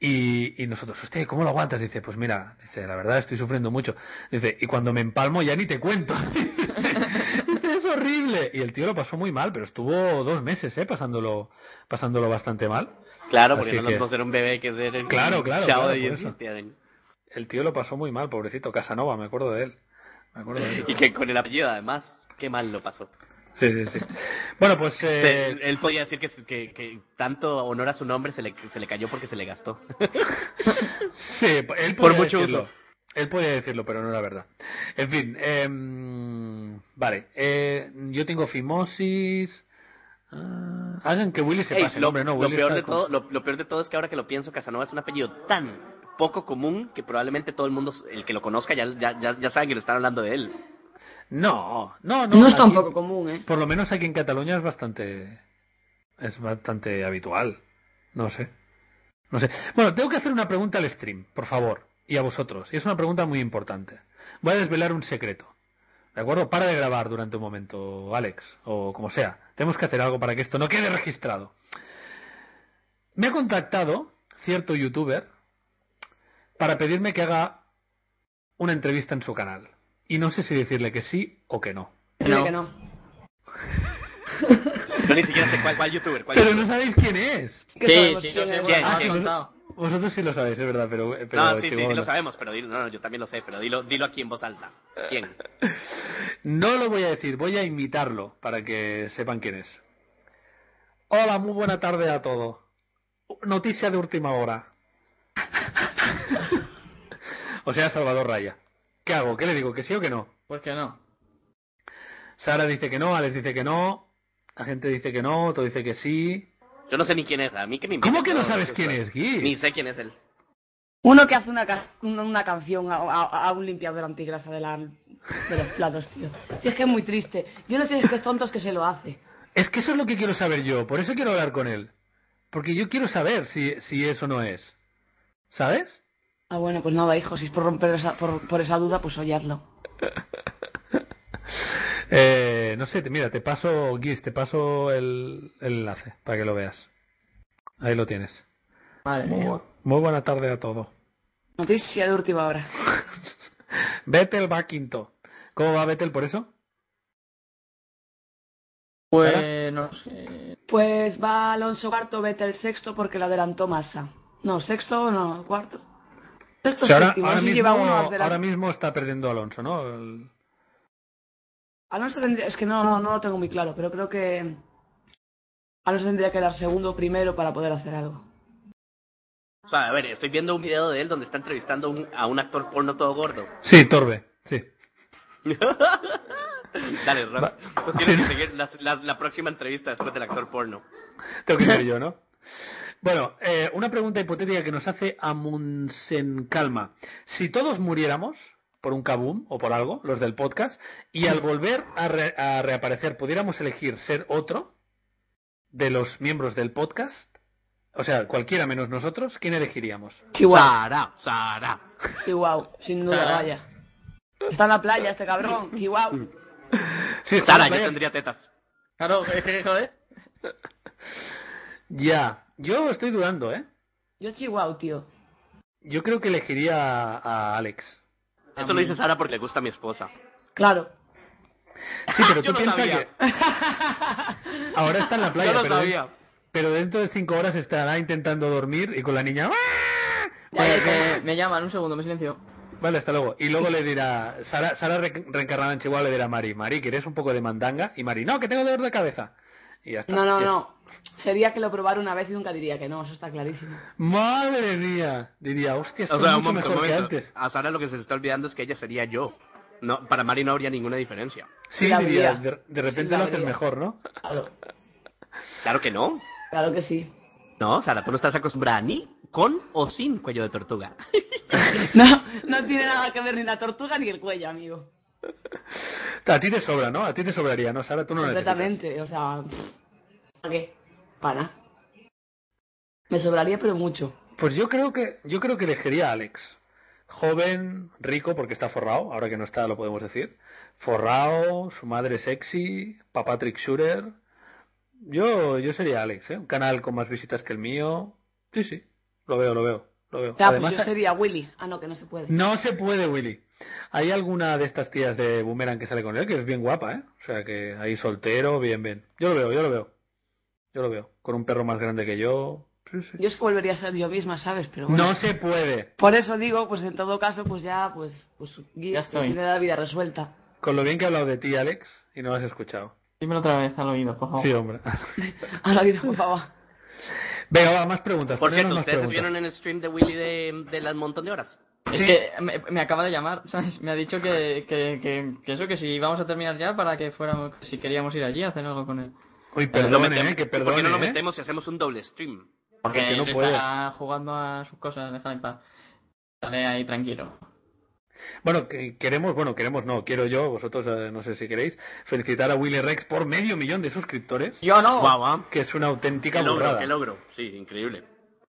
Y, y nosotros, hostia, ¿cómo lo aguantas? Dice, pues mira, dice, la verdad estoy sufriendo mucho. Dice, y cuando me empalmo ya ni te cuento. dice, es horrible. Y el tío lo pasó muy mal, pero estuvo dos meses, ¿eh? Pasándolo, pasándolo bastante mal.
Claro, porque
Así
no
que-
nos ser un bebé que ser el
Claro, claro,
chavo
claro,
de
por eso.
17 años.
El tío lo pasó muy mal, pobrecito. Casanova, me acuerdo de él. Me acuerdo de él.
Y que con el apellido, además, qué mal lo pasó.
Sí, sí, sí. Bueno, pues...
Se-
eh,
él podía decir que, que- que tanto honor a su nombre se le, se le cayó porque se le gastó.
Sí, él podía
Por mucho
decirlo.
uso.
Él podía decirlo, pero no era verdad. En fin, em, vale. eh, yo tengo fimosis. ah, hagan que Willy se
Ey,
pase.
lo,
hombre, no,
lo
Willy
peor
está
de
con-
todo, lo, lo peor de todo es que ahora que lo pienso, Casanova es un apellido tan poco común que probablemente todo el mundo, el que lo conozca, ya, ya, ya, ya sabe que lo están hablando de él.
No, no, no.
No es
aquí-
tampoco común, ¿eh?
Por lo menos aquí en Cataluña es bastante. Es bastante habitual. No sé. No sé. Bueno, tengo que hacer una pregunta al stream, por favor. Y a vosotros. Y es una pregunta muy importante. Voy a desvelar un secreto. ¿De acuerdo? Para de grabar durante un momento, Alex. O como sea. Tenemos que hacer algo para que esto no quede registrado. Me ha contactado cierto youtuber para pedirme que haga una entrevista en su canal. Y no sé si decirle que sí o que no.
Dile
No.
que no.
Yo ni siquiera sé cuál, cuál youtuber. Cuál
Pero
youtuber.
no sabéis quién es. Ah,
Es que
Sí,
sabemos
sí, lo
quién
sé,
es.
bueno, me
¿Quién?
lo has
¿Quién?
contado.
Vosotros sí lo sabéis, es verdad, pero... eh, pero
No, sí, sí, sí,
Chihuahua,
lo sabemos, pero dilo, no, no, yo también lo sé, pero dilo, dilo aquí en voz alta. ¿Quién?
No lo voy a decir, voy a imitarlo para que sepan quién es. Hola, muy buena tarde a todos. Noticia de última hora. o sea, Salvador Raya. ¿Qué hago? ¿Qué le digo? ¿Que sí o que no?
Pues que no.
Sara dice que no, Alex dice que no, la gente dice que no, todo dice que sí.
Yo no sé ni quién es, a mí que me inviten.
¿Cómo que no sabes
sé,
quién es,
Ni
Gui?
sé quién es él.
Uno que hace una, ca- una, una canción a, a- a un limpiador antigrasa de, la, de los platos, tío. Si es que es muy triste. Yo no sé estos tontos que se lo hace.
Es que eso es lo que quiero saber yo, por eso quiero hablar con él. Porque yo quiero saber si, si eso no es. ¿Sabes?
Ah, bueno, pues nada, hijo, si es por romper esa, por, por esa duda, pues hollarlo.
Eh, no sé, te- mira, te paso, Guis, te paso el, el enlace para que lo veas. Ahí lo tienes.
Madre
Muy,
mía.
bu- muy buena tarde a todos.
Noticia de última hora.
Vettel va quinto. ¿Cómo va Vettel por eso?
Pues no sé.
Pues va Alonso cuarto, vete el sexto porque le adelantó Massa. No, sexto, no, cuarto. Sexto,
O sea, ahora,
séptimo,
ahora
así
mismo,
Pues lleva uno más de la-
ahora mismo está perdiendo Alonso, ¿no? El-
Alonso tendría, es que no, no, no lo tengo muy claro, pero creo que Alonso tendría que dar segundo o primero para poder hacer algo.
O sea, a ver, estoy viendo un video de él donde está entrevistando un- a un actor porno todo gordo.
Sí, Torbe, sí.
Dale, Rob.
Va.
Tú tienes que seguir las- las- la próxima entrevista después del actor porno.
Tengo que ser yo, ¿no? Bueno, eh, una pregunta hipotética que nos hace Amundsen Calma. Si todos muriéramos por un kaboom o por algo, los del podcast, y al volver a, re- a reaparecer pudiéramos elegir ser otro de los miembros del podcast, o sea, cualquiera menos nosotros, ¿quién elegiríamos?
Chihuahua,
Sara, Sara.
Chihuahua, sin duda,
Sara.
vaya. Está en la playa este cabrón, Chihuahua.
Sí,
Sara, yo
vaya-
tendría tetas.
Claro, es que joder.
Ya, yo estoy dudando, ¿eh?
Yo Chihuahua, tío.
Yo creo que elegiría a a Alex.
Eso lo dice Sara porque le gusta a mi esposa.
Claro.
Sí, pero tú
Yo lo
piensas
sabía.
que. Ahora está en la playa,
Yo lo
pero,
sabía.
pero dentro de cinco horas estará intentando dormir y con la niña. "¡Ah!".
Oye, que me llaman, un segundo, me silencio.
Vale, hasta luego. Y luego le dirá. Sara, Sara re- reencarnada en Chihuahua le dirá a Mari: Mari, ¿quieres un poco de mandanga? Y Mari: No, que tengo dolor de cabeza. Y ya está.
No, no,
Ya-
no. Sería que lo probara una vez y nunca diría que no, eso está clarísimo.
Madre mía. Diría: Hostia, esto
O sea,
es
un
mucho
momento, un
mejor que
momento.
antes.
A Sara lo que se le está olvidando es que ella sería yo. No, para Mari no habría ninguna diferencia.
Sí,
La
diría:
habría.
de, de repente
La
lo haces
habría.
mejor, ¿no?
Claro,
Claro que no.
claro que sí.
No, Sara, tú no estás acostumbrada ni con o sin cuello de tortuga.
No, no tiene nada que ver ni la tortuga ni el cuello, amigo.
A ti te sobra, ¿no? A ti te sobraría, ¿no? Sara, tú no necesitas.
Completamente, o sea, pff, ¿para qué? Para. Me sobraría, pero mucho.
Pues yo creo que yo creo que elegiría a Alex. Joven, rico, porque está forrado, ahora que no está lo podemos decir. Forrado, su madre sexy, papá Trick Shooter. Yo, yo sería Alex, ¿eh? Un canal con más visitas que el mío. Sí, sí, lo veo, lo veo, lo veo.
Claro,
Además,
pues yo sería Willy. Ah, no, que no se puede.
no se puede, Willy. Hay alguna de estas tías de Boomerang que sale con él, que es bien guapa, ¿eh? O sea, que ahí soltero, bien, bien. Yo lo veo, yo lo veo. Yo lo veo. Con un perro más grande que yo. Sí, sí.
Yo es que volvería a ser yo misma, ¿sabes? Pero bueno.
No se puede.
Por eso digo, pues en todo caso, pues ya, pues, pues
Ya
guía,
estoy.
tiene la vida resuelta.
Con lo bien que he hablado de ti, Alex, y no lo has escuchado.
Dímelo otra vez al oído, por favor.
Sí, hombre.
Ahora digo, por favor.
Venga, va, más preguntas.
Por
ponernos
cierto,
más
ustedes se
preguntas.
vieron en el stream de Willy de, de las montón de horas.
Es que me, me acaba de llamar, ¿sabes? Me ha dicho que, que, que, que eso, que si íbamos a terminar ya para que fuéramos, si queríamos ir allí a hacer algo con él.
Uy,
Lo
perdone,
metemos-
eh, que
¿Por qué
perdone.
no lo
eh?
metemos y hacemos un doble stream?
Porque
Porque
yo no
él
puedo.
está jugando a sus cosas, déjale en paz. Dale ahí tranquilo.
Bueno, que- queremos, bueno, queremos, no, quiero yo, vosotros eh, no sé si queréis, felicitar a Willy Rex por medio millón de suscriptores,
Yo no.
Guau, guau.
que es una auténtica
Qué logro,
burrada.
qué eh. logro. Sí, increíble.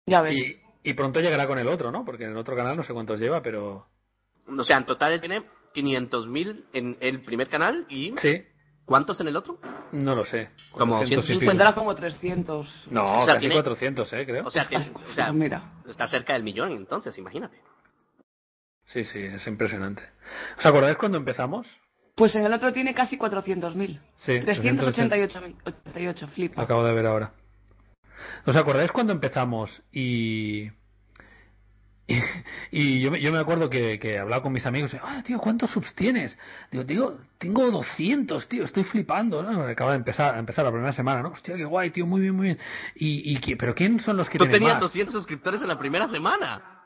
Ya ves.
Y, y pronto llegará con el otro, ¿no? Porque en el otro canal no sé cuántos lleva, pero.
O sea, en total él tiene 500.000 en el primer canal y
Sí,
¿cuántos en el otro?
no lo sé.
Como
400 y
Yo
pico.
encuentro Pues como 300.
No,
O sea,
casi
tiene-
400, ¿eh? Creo.
O sea, que, o sea,
Ah, mira.
está cerca del millón entonces, imagínate.
Sí, sí, es impresionante. ¿Os acordáis cuando empezamos?
Pues en el otro tiene casi 400.000.
Sí,
388.088, flipa.
Acabo de ver ahora. ¿Os acordáis cuando empezamos y... Y, yo, me- yo me acuerdo que, que hablaba con mis amigos, ah, tío, ¿cuántos subs tienes? Digo, tío, tengo 200, tío, estoy flipando. ¿no? Acaba de empezar, a empezar la primera semana, ¿no? Hostia, qué guay, tío, muy bien, muy bien. ¿Y, y qui- pero quién son los que
Tú
tienen
tenías
más?
200 suscriptores en la primera semana.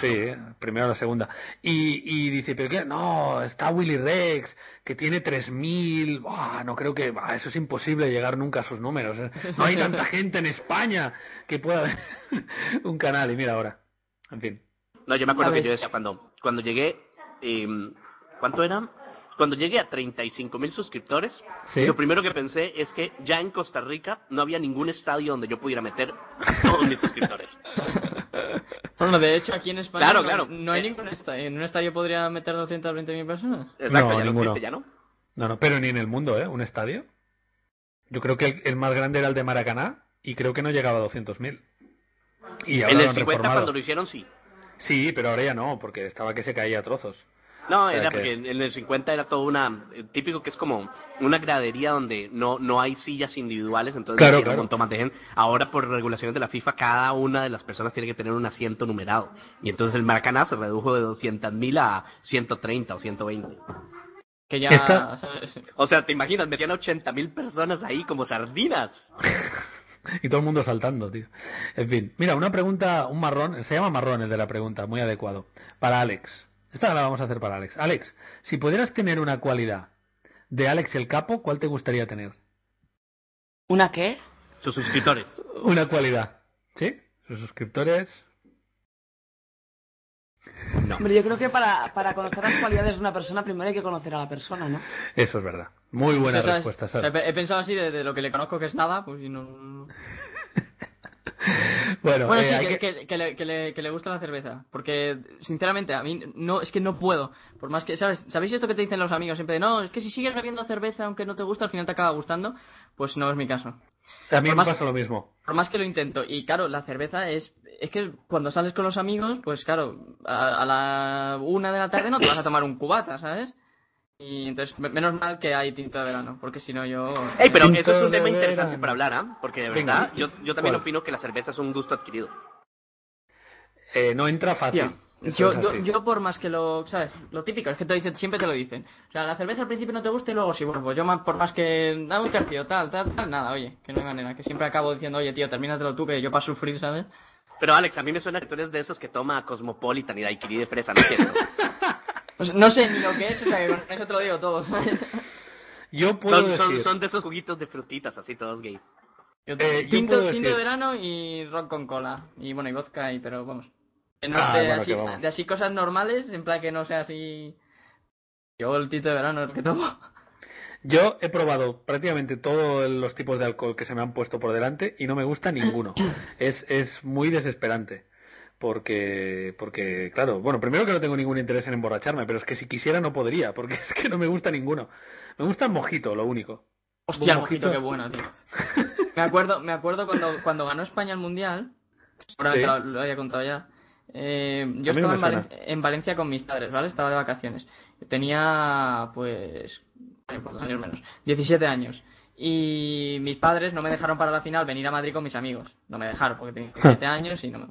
Sí, eh, primero la segunda. Y, y dice, pero qué, no, está Willy Rex, que tiene 3.000, buah, no creo que, buah, eso es imposible llegar nunca a sus números. eh. No hay tanta gente en España que pueda ver un canal, y mira ahora. En fin.
No, yo me acuerdo
Ya
que
ves.
yo decía cuando, cuando llegué, eh, ¿cuánto era? Cuando llegué a 35 mil suscriptores,
Sí.
lo primero que pensé es que ya en Costa Rica no había ningún estadio donde yo pudiera meter todos mis suscriptores.
Bueno, de hecho, aquí en España
Claro,
no,
claro.
no hay ningún estadio. ¿En un estadio podría meter 220.000 personas?
Exacto,
No,
ya
ninguno.
no existe, ya no.
No, no, pero ni en el mundo, ¿eh? Un estadio. Yo creo que el, el más grande era el de Maracaná, y creo que no llegaba a 200.000. Y ahora
En
lo
el
han
50
reformado.
cuando lo hicieron sí.
Sí, pero ahora ya no, porque estaba que se caía a trozos.
No,
sea
era
que-
porque en en el 50 era todo una eh, típico que es como una gradería donde no no hay sillas individuales, entonces
Claro,
metieron
claro.
un montón más de gente. Ahora por regulaciones de la FIFA cada una de las personas tiene que tener un asiento numerado y entonces el Maracaná se redujo de 200.000 a 130 o 120.
Que ya.
Esta-
¿sabes?
O sea, te imaginas, metían a 80.000 personas ahí como sardinas.
Y todo el mundo saltando, tío. En fin, mira, una pregunta, un marrón, se llama marrón el de la pregunta, muy adecuado. Para Alex. Esta la vamos a hacer para Alex. Alex, si pudieras tener una cualidad de Alex el Capo, ¿cuál te gustaría tener?
¿Una qué?
Sus suscriptores.
Una cualidad. ¿Sí? Sus suscriptores.
No.
Hombre, yo creo que para, para conocer las cualidades de una persona, primero hay que conocer a la persona, ¿no?
Eso es verdad. Muy buena
Sí, ¿sabes?
respuesta,
he,
Sara.
pe- he pensado así de, de lo que le conozco que es nada, pues y no. no- no.
Bueno,
Bueno,
eh,
sí,
hay
que,
que-
que- que le, que le- que le gusta la cerveza. Porque, sinceramente, a mí no, es que no puedo. Por más que, ¿sabes? ¿Sabéis esto que te dicen los amigos? Siempre de, no, es que si sigues bebiendo cerveza, aunque no te gusta, al final te acaba gustando. Pues no es mi caso.
a mí me
más-
pasa lo mismo.
Por más que lo intento. Y claro, la cerveza es. Es que cuando sales con los amigos, pues claro, a, a la una de la tarde no te vas a tomar un cubata, ¿sabes? Y entonces, me- menos mal que hay tinto de verano, porque si no yo...
Ey, pero
Tinto
eso es un
de
tema interesante
verano.
para hablar, ¿ah? Porque de
Venga.
verdad, yo, yo también
¿Cuál?
opino que la cerveza es un gusto adquirido.
Eh, no entra fácil.
Tía,
Eso
yo,
es
yo,
así.
yo por más que lo, ¿sabes? Lo típico es que te dicen, siempre te lo dicen. O sea, la cerveza al principio no te gusta y luego sí, bueno, pues yo más- por más que dame un tercio, tal, tal, tal, nada, oye, que no hay manera, que siempre acabo diciendo, oye, tío, termínatelo tú, que yo para sufrir, ¿sabes?
Pero Alex, a mí me suena que tú eres de esos que toma Cosmopolitan y Daiquiri de fresa, ¿no es cierto?
O sea, no sé ni lo que es, o sea, que con eso te lo digo todo, ¿sabes?
Yo puedo
son, son,
decir-
son de esos juguitos de frutitas, así todos gays.
Yo
Eh, yo
tinto,
puedo
tinto
decir-
de verano y ron con cola. Y bueno, y vodka, y, pero vamos. Que no
Ah,
sé,
bueno,
así,
que vamos.
de así cosas normales, en plan que no sea así. Yo el tinto de verano es lo que tomo.
Yo he probado prácticamente todos los tipos de alcohol que se me han puesto por delante y no me gusta ninguno. Es, es muy desesperante. Porque, porque, claro, bueno, primero que no tengo ningún interés en emborracharme, pero es que si quisiera no podría, porque es que no me gusta ninguno. Me gusta el mojito, lo único.
Hostia, el
Un mojito.
mojito, qué bueno, tío. Me acuerdo, me acuerdo cuando, cuando ganó España el Mundial, seguramente
Sí.
lo, lo haya contado ya. eh, yo
A mí no
estaba
me suena.
en, Valen- en Valencia con mis padres, ¿vale? Estaba de vacaciones. Tenía, pues, bueno, pues, dos años menos, 17 años. Y mis padres no me dejaron para la final venir a Madrid con mis amigos. No me dejaron porque tenía 17 años y no me...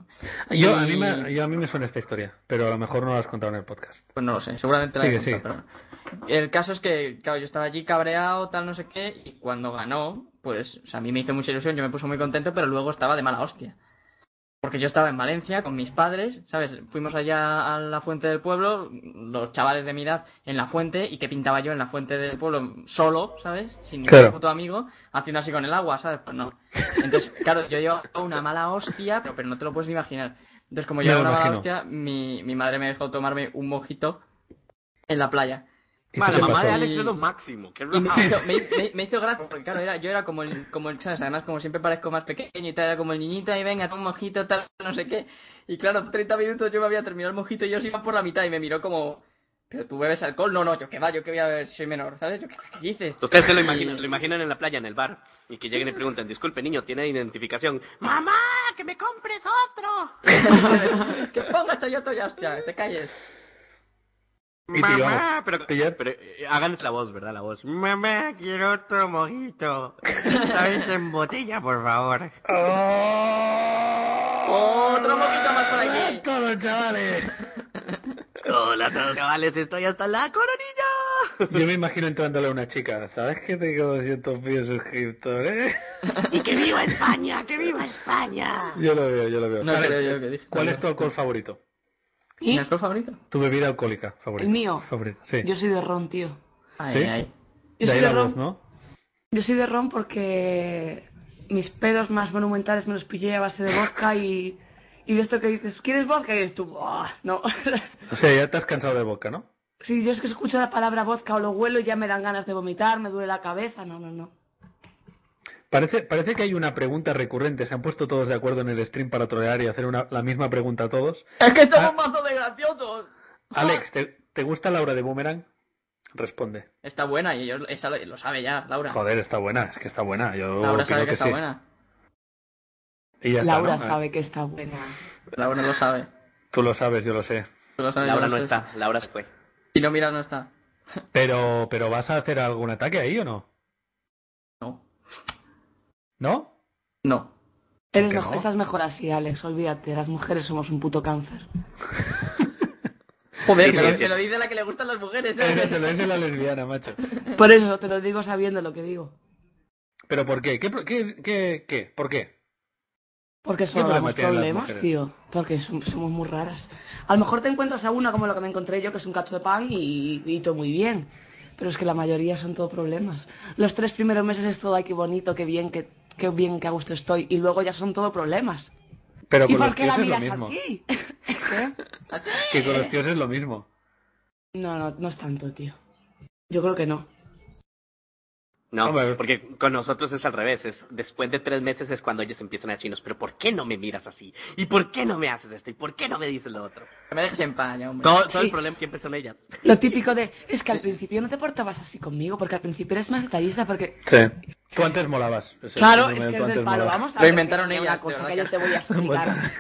Yo,
Y-
a, mí me, yo a mí me suena esta historia, pero a lo mejor no la has contado en el podcast.
pues no lo sé, seguramente la
Sigue,
he contado, pero no. El caso es que, claro, yo estaba allí cabreado, tal, no sé qué, y cuando ganó, pues, o sea, a mí me hizo mucha ilusión, yo me puse muy contento, pero luego estaba de mala hostia. Porque yo estaba en Valencia con mis padres, ¿sabes? Fuimos allá a la fuente del pueblo, los chavales de mi edad en la fuente, y que pintaba yo en la fuente del pueblo solo, ¿sabes? Sin ningún
Claro.
puto amigo, haciendo así con el agua, ¿sabes? Pues no. Entonces, claro, yo llevaba una mala hostia, pero, pero no te lo puedes ni imaginar. Entonces, como
Me
yo
lo
llevaba una mala
imagino.
hostia, mi, mi madre me dejó tomarme un mojito en la playa.
¿Y
Ma,
si
la
te
mamá
pasó?
de Alex es lo máximo. Qué
Y me,
rajado.
hizo, me, me- me hizo gracia, porque claro, era, yo era como el, como el, ¿sabes? Además, como siempre parezco más pequeño y tal, era como el niñito y venga, toma un mojito, tal, no sé qué. Y claro, 30 minutos yo me había terminado el mojito y yo iba por la mitad y me miró como, ¿pero tú bebes alcohol? No, no, yo qué va, yo qué voy a beber, si soy menor, ¿sabes? Yo, ¿qué, qué dices?
Ustedes se lo imaginan, se lo imaginan en la playa, en el bar, y que lleguen y pregunten, disculpe niño, ¿tiene identificación? ¡Mamá, que me compres otro!
que pongas yo ya, hostia, te calles.
Y te
¡Mamá!
llevamos.
Pero,
Te llevas-
pero eh, háganse la voz, ¿verdad? La voz. ¡Mamá, quiero otro mojito! ¿Sabes en botella, por favor?
¡Oh! Otro mojito más por aquí.
Todos, chavales!
¡Hola a todos, chavales! ¡Estoy hasta la coronilla!
Yo me imagino entrándole a una chica. ¿Sabes que tengo 200 mil suscriptores?
¡Y que viva España, que viva España!
Yo lo veo, yo lo veo.
No
Sale,
creo yo que dije.
¿Cuál es tu alcohol favorito?
¿Y?
¿Mi alcohol favorito?
Tu bebida alcohólica favorita.
¿El mío?
Favorita, sí.
Yo soy de ron, tío.
Ay,
¿Sí?
ay.
de
Yo soy
ahí
de
la
ron.
voz, ¿no?
Yo soy de ron porque mis pedos más monumentales me los pillé a base de vodka y, y de esto que dices, ¿quieres vodka? Y dices tú, "Buah, no.
O sea, ya te has cansado de boca, ¿no?
Si yo es que escucho la palabra vodka o lo huelo, ya me dan ganas de vomitar, me duele la cabeza, no, no, no.
Parece, parece que hay una pregunta recurrente. Se han puesto todos de acuerdo en el stream para trolear y hacer una- la misma pregunta a todos.
Es que somos un mazo de graciosos.
Alex, ¿te, te gusta la hora de Boomerang? Responde.
Está buena y ellos esa lo, lo sabe ya, Laura.
Joder, está buena, es que está buena. Yo
Laura
opino
sabe que, está
sí.
buena.
Y ya está,
Laura
¿no?
sabe que está buena.
Laura lo sabe.
Tú lo sabes, yo lo sé.
Tú lo sabes,
Laura
yo
no
lo sé.
está, Laura se fue.
Si no mira, no está.
Pero, pero ¿vas a hacer algún ataque ahí o no?
No.
¿No?
No.
Eres
qué
mejor,
no?
Estás mejor así, Alex, olvídate, las mujeres somos un puto cáncer.
Joder,
Sí,
pero
sí, sí.
me lo dice la que le gustan las mujeres. ¿eh?
Se lo dice la lesbiana, macho.
Por eso te lo digo sabiendo lo que digo.
¿Pero por qué? ¿Qué, pro- qué, qué, qué? ¿Por qué?
Porque
¿Qué
solo
problema
damos
tienen las
problemas,
mujeres?
tío. Porque som- somos muy raras. A lo mejor te encuentras a una como la que me encontré yo, que es un cacho de pan y, y todo muy bien. Pero es que la mayoría son todo problemas. Los tres primeros meses es todo, ay, qué bonito, qué bien, qué, qué bien, qué a gusto estoy. Y luego ya son todo problemas.
Pero
¿Y
con
por
los
qué la
tíos es lo
miras
mismo.
así? ¿Qué?
Así.
Que con los tíos es lo mismo.
No, no, no es tanto, tío. Yo creo que no.
No,
Hombre,
porque con nosotros es al revés. Es, después de tres meses es cuando ellos empiezan a decirnos, pero ¿por qué no me miras así? ¿Y por qué no me haces esto? ¿Y por qué no me dices lo otro?
Que me dejes en paz, ya, hombre.
Todo, todo el
Sí.
problema siempre son ellas.
Lo típico de, es que al principio no te portabas así conmigo, porque al principio eres más detallista, porque
Sí. Tú antes molabas. Ese
Claro,
síndrome
es
de
que
tú
es del
antes
palo.
molabas.
Vamos a
Lo
ver,
inventaron
tenía
ellas,
una cosa
de
que yo te voy a explicar.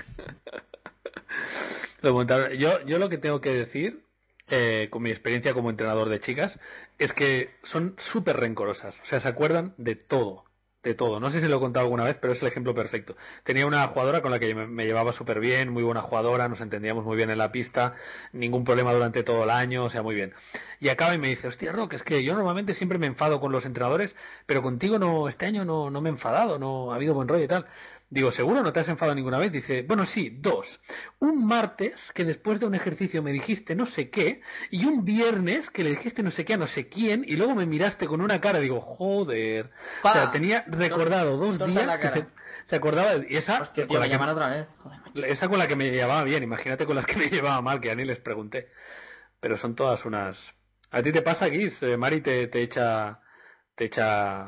Lo montaron. Yo, yo lo que tengo que decir eh, con mi experiencia como entrenador de chicas, es que son súper rencorosas. O sea, se acuerdan de todo. De todo. No sé si lo he contado alguna vez, pero es el ejemplo perfecto. Tenía una jugadora con la que me- me llevaba súper bien, muy buena jugadora, nos entendíamos muy bien en la pista, ningún problema durante todo el año, o sea, muy bien. Y acaba y me dice, hostia, Rock, es que yo normalmente siempre me enfado con los entrenadores, pero contigo no, este año no, no me he enfadado, no ha habido buen rollo y tal. Digo, ¿seguro no te has enfadado ninguna vez? Dice, bueno, sí, dos. Un martes que después de un ejercicio me dijiste no sé qué, y un viernes que le dijiste no sé qué a no sé quién, y luego me miraste con una cara, digo, joder.
Pa.
O sea, tenía recordado dos
Torta en
días
la
que se,
cara.
se acordaba, de- y esa,
Hostia,
con la
tío, me
que-
llaman otra vez. Joder, macho.
esa con la que me llevaba bien, imagínate con las que me llevaba mal, que ya ni les pregunté. Pero son todas unas. ¿A ti te pasa, Guis? Eh, ¿Mari te, te echa. te echa.